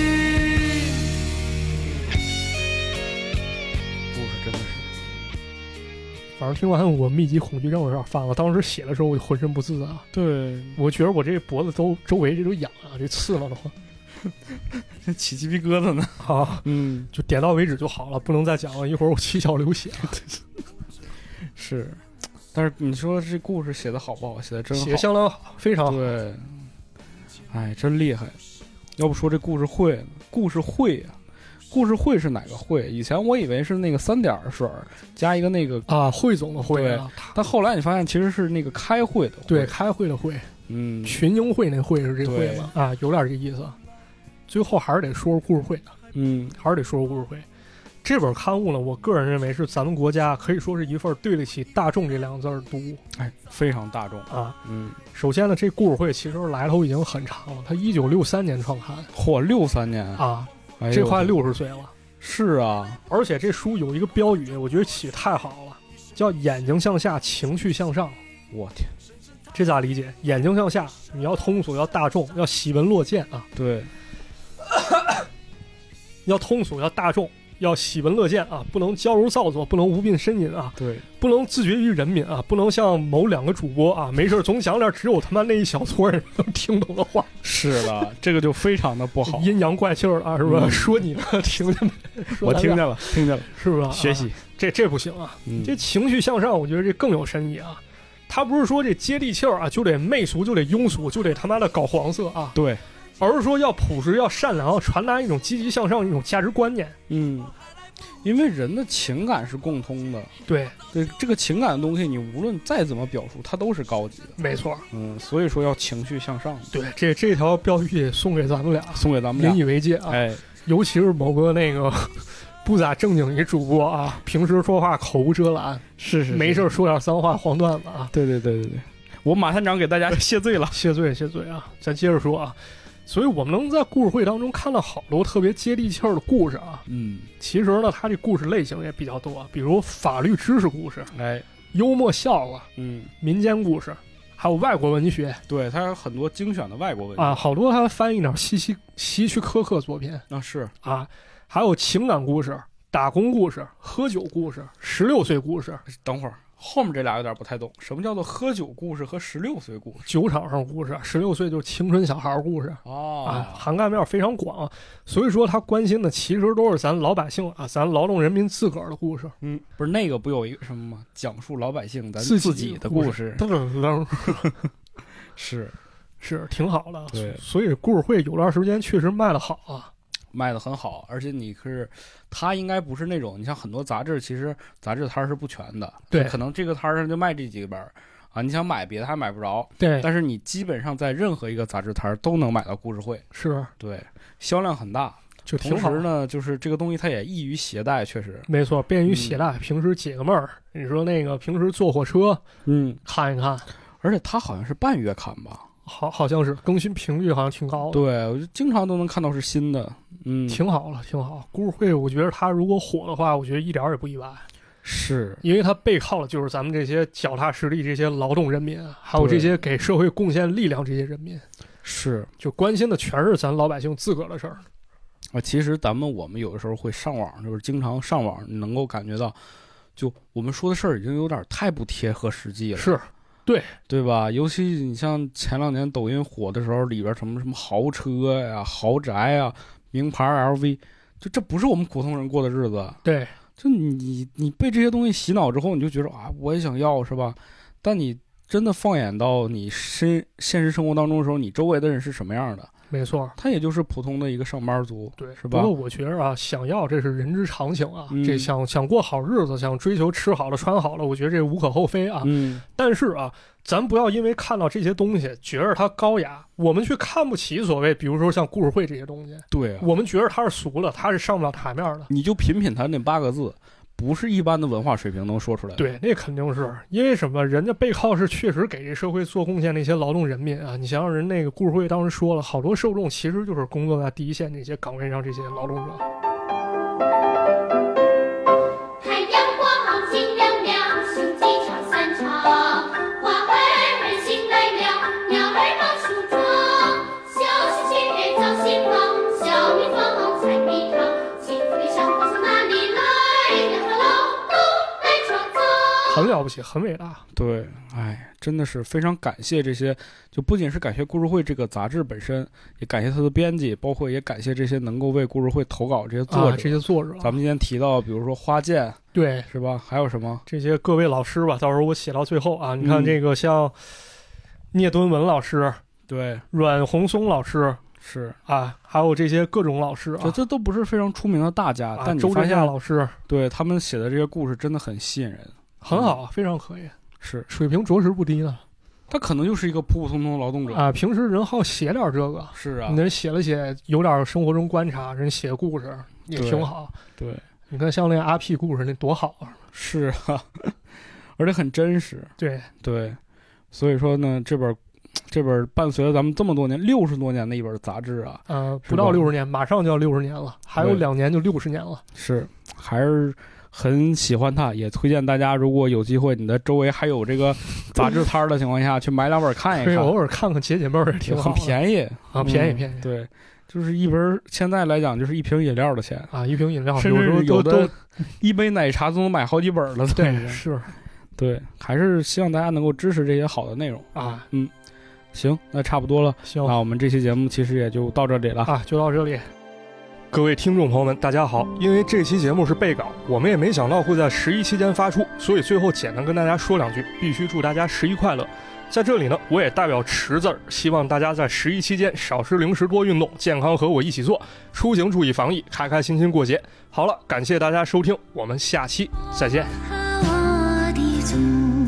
A: 故事真的是，
B: 反正听完我密集恐惧症有点犯了，当时写的时候我就浑身不自在啊。
A: 对，
B: 我觉得我这脖子周周围这都痒啊，这刺挠的慌
A: 起鸡皮疙瘩呢，
B: 啊，
A: 嗯，
B: 就点到为止就好了，不能再讲了，一会儿我七窍流血 啊，
A: 是，但是你说这故事写的好不好？写的真好，
B: 写的相当好，非常好。
A: 对，哎，真厉害！要不说这故事会呢，故事会呀、故事会是哪个会？以前我以为是那个三点儿水儿加一个那个，
B: 啊，汇总的汇啊，
A: 但后来你发现其实是那个开会的会。
B: 对，，开会的会，
A: 嗯，
B: 群英会那会是这会吗？啊，有点这意思。最后还是得说说故事会的，
A: 嗯，
B: 还是得说说故事会。这本刊物呢，我个人认为是咱们国家可以说是一份对得起“大众”这两个字儿的读物
A: 哎，非常大众，
B: 啊。
A: 嗯，
B: 首先呢，这故事会其实来头已经很长了，它一九六三年创刊
A: 嚯，六三年，
B: 啊，
A: 哎呦
B: 这快六十岁了。
A: 是啊，
B: 而且这书有一个标语，我觉得起得太好了，叫“眼睛向下，情绪向上
A: 我天，”。
B: 这咋理解？眼睛向下，你要通俗，要大众，要喜闻乐见啊；
A: 对，
B: 要通俗，要大众，要喜闻乐见啊，不能矫揉造作，不能无病呻吟啊。
A: 对，
B: 不能自绝于人民啊，不能像某两个主播啊，没事儿总讲点只有他妈那一小撮人能听懂的话，
A: 是的，这个就非常的 不好。
B: 阴阳怪气儿啊，是吧？
A: 嗯
B: 说你呢， 听见没？说
A: 我
B: 咱
A: 听见
B: 俩
A: 了，听见了，
B: 是吧？啊
A: 学习，
B: 这这不行啊，
A: 嗯
B: 这情绪向上，我觉得这更有深意啊。他不是说这接地气儿啊，就得媚俗，就得庸俗，就得他妈的搞黄色啊，
A: 对，
B: 而是说要朴实，要善良，传达一种积极向上的一种价值观念。
A: 嗯，因为人的情感是共通的，
B: 对，
A: 对这个情感的东西，你无论再怎么表述，它都是高级的。
B: 没错儿，
A: 嗯，所以说要情绪向上，
B: 对这这条标语也送给咱们俩，
A: 送给咱们
B: 引
A: 俩。
B: 以为戒啊。
A: 哎，
B: 尤其是某个那 个不咋正经一主播啊，平时说话口无遮拦，
A: 是是，
B: 没事
A: 是
B: 儿说点脏话黄段子啊，
A: 对对对对对，我马探长给大 家谢罪了。
B: 谢罪谢罪啊！咱接着说啊，所以我们能在故事会当中看到好多特别接地气儿的故事啊。
A: 嗯，
B: 其实呢，它这故事类型也比较多，比如法律知识故事、
A: 哎，
B: 幽默笑话、
A: 嗯，
B: 民间故事，还有外国文学
A: 对，它有很多精选的外国文学
B: 啊，好多它翻译点希西希区柯克作品
A: 那是
B: 啊，还有情感故事、打工故事、喝酒故事、十六岁故事。
A: 等会儿后面这俩有点不太懂，什么叫做喝酒故事和十六岁故事？
B: 酒场上故事，十六岁就是青春小孩儿故事啊，
A: 哦，
B: 涵盖面非常广，所以说他关心的其实都是咱老百姓啊，咱劳动人民自个儿的故事，
A: 嗯，不是那个不有一个什么吗？讲述老百姓咱
B: 己
A: 己的
B: 的
A: 故
B: 事
A: 事，，
B: 噔噔噔
A: 是
B: 是挺好的。
A: 对
B: 所以故事会有段时间确实卖的好啊，
A: 卖的很好，而且你是，它应该不是那种，你像很多杂志，其实杂志摊儿是不全的，
B: 对
A: 可能这个摊儿上就卖这几本儿啊，你想买别的还买不着，
B: 对，
A: 但是你基本上在任何一个杂志摊儿都能买到故事会，
B: 是
A: 对，销量很大。
B: 就挺
A: 同
B: 好
A: 时。呢，就是这个东西它也易于携带，确实，
B: 没错，便
A: 嗯
B: 于携带，平时解个闷儿。你说那个平时坐火车
A: 嗯，
B: 看一看，
A: 而且它好像是半月刊吧，
B: 好好像是更新频率好像挺高的，
A: 对我就经常都能看到是新的，嗯，
B: 哦挺好了，挺好。故事会我觉得它如果火的话，我觉得一点儿也不意外。
A: 是，
B: 因为它背靠的就是咱们这些脚踏实地、这些劳动人民啊，还有
A: 对
B: 这些给社会贡献力量这些人民，
A: 是
B: 就关心的全是咱老百姓自个儿的事儿。
A: 啊，其实咱们我们有的时候会上网，就是经常上网，能够感觉到，就我们说的事儿已经有点太不贴合实际了，
B: 是
A: 对吧？尤其你像前两年抖音火的时候，里边什么什么豪车呀、豪宅呀、名牌 LV，就这不是我们普通人过的日子。
B: 对，
A: 就你你被这些东西洗脑之后，你就觉得啊，我也想要，是吧？但你真的放眼到你身现实生活当中的时候，你周围的人是什么样的？
B: 没错儿，
A: 他也就是普通的一个上班族，
B: 对，
A: 是
B: 不
A: 吧
B: 过我觉着啊，想要这是人之常情啊，
A: 嗯
B: 这想想过好日子，想追求吃好的、穿好的，我觉得这无可厚非啊。
A: 嗯，
B: 但是啊，咱不要因为看到这些东西，觉着它高雅，我们却看不起所谓，比如说像故事会这些东西，
A: 对啊，
B: 我们觉着它是俗的，它是上不了台面儿的。
A: 你就品品他那八个字，不是一般的文化水平能说出来的。，
B: 对，那肯定是因为什么？人家背靠是确实给这社会做贡献的一些劳动人民啊。你想想，人那个顾事会当时说了，好多受众其实就是工作在第一线这些岗位上这些劳动者。
E: 太阳光好，金亮亮，雄鸡唱三唱，花儿儿醒来了，鸟儿忙梳妆，小溪水人造新房，小蜜蜂采蜜糖，幸福的生活从哪里来？要靠劳动来创造。
B: 很了不起，很伟大。
A: 对，哎，真的是非常感谢这些，就不仅是感谢故事会这个杂志本身，也感谢它的编辑，包括也感谢这些能够为故事会投稿这些作
B: 啊，
A: 者。
B: 这些作者，
A: 咱们今天提到，比如说花剑
B: 对
A: 是吧？还有什么？
B: 这些各位老师吧，到时候我写到最后啊，你看
A: 嗯
B: 这个像聂敦文老师、
A: 对，
B: 阮红松老师
A: 是，
B: 啊，还有这些各种老师
A: 就
B: 啊，
A: 这都不是非常出名的大家，
B: 啊
A: 但你
B: 周
A: 发
B: 振亚
A: 现，
B: 老师
A: 对他们写的这些故事真的很吸引人。
B: 很好，非常可以，
A: 是
B: 水平着实不低呢。
A: 他可能就是一个普普通通的劳动者。
B: 啊，平时人好写点这个。
A: 是啊
B: 你，那写了写，有点生活中观察，人写故事也
A: 对
B: 挺好。
A: 对，
B: 你看，像那个阿 P 故事那多好啊！
A: 是 啊， 而且很真实。
B: 对，
A: 对，所以说呢，这本儿这本儿伴随了咱们这么多年，六十多年的一本杂志啊，
B: 呃，
A: 是
B: 不到
A: 吧
B: 六十年，马上就要六十年了，还有
A: 对
B: 两年就六十年了。
A: 是还是很喜欢它，也推荐大家，如果有机会，你的周围还有这个杂志摊儿的情况下，去买两本儿看一
B: 所以
A: 看，
B: 偶尔看看解解闷儿也哎挺好
A: 哎很
B: 的，
A: 便宜，
B: 啊，便宜
A: 嗯
B: 便宜
A: 对，就是一瓶儿现在来讲就是一瓶饮料的钱，
B: 啊，一瓶饮料
A: 甚
B: 有时候
A: 至有
B: 都
A: 的
B: 都
A: 一杯奶茶都能买好几本儿了。
B: 对是
A: 对，还是希望大家能够支持这些好的内容。
B: 啊，
A: 行，那差不多了，
B: 行
A: 那我们这期节目其实也就到这里了。
B: 啊，就到这里。各位听众朋友们，大家好！因为这期节目是备稿，我们也没想到会在十一期间发出，所以最后简单跟大家说两句，必须祝大家十一快乐。在这里呢，我也代表池字儿，希望大家在十一期间少吃零食，多运动，健康和我一起做，出行注意防疫，开开心心过节。好了，感谢大家收听，我们下期再见。
D: 怕我的祖嗯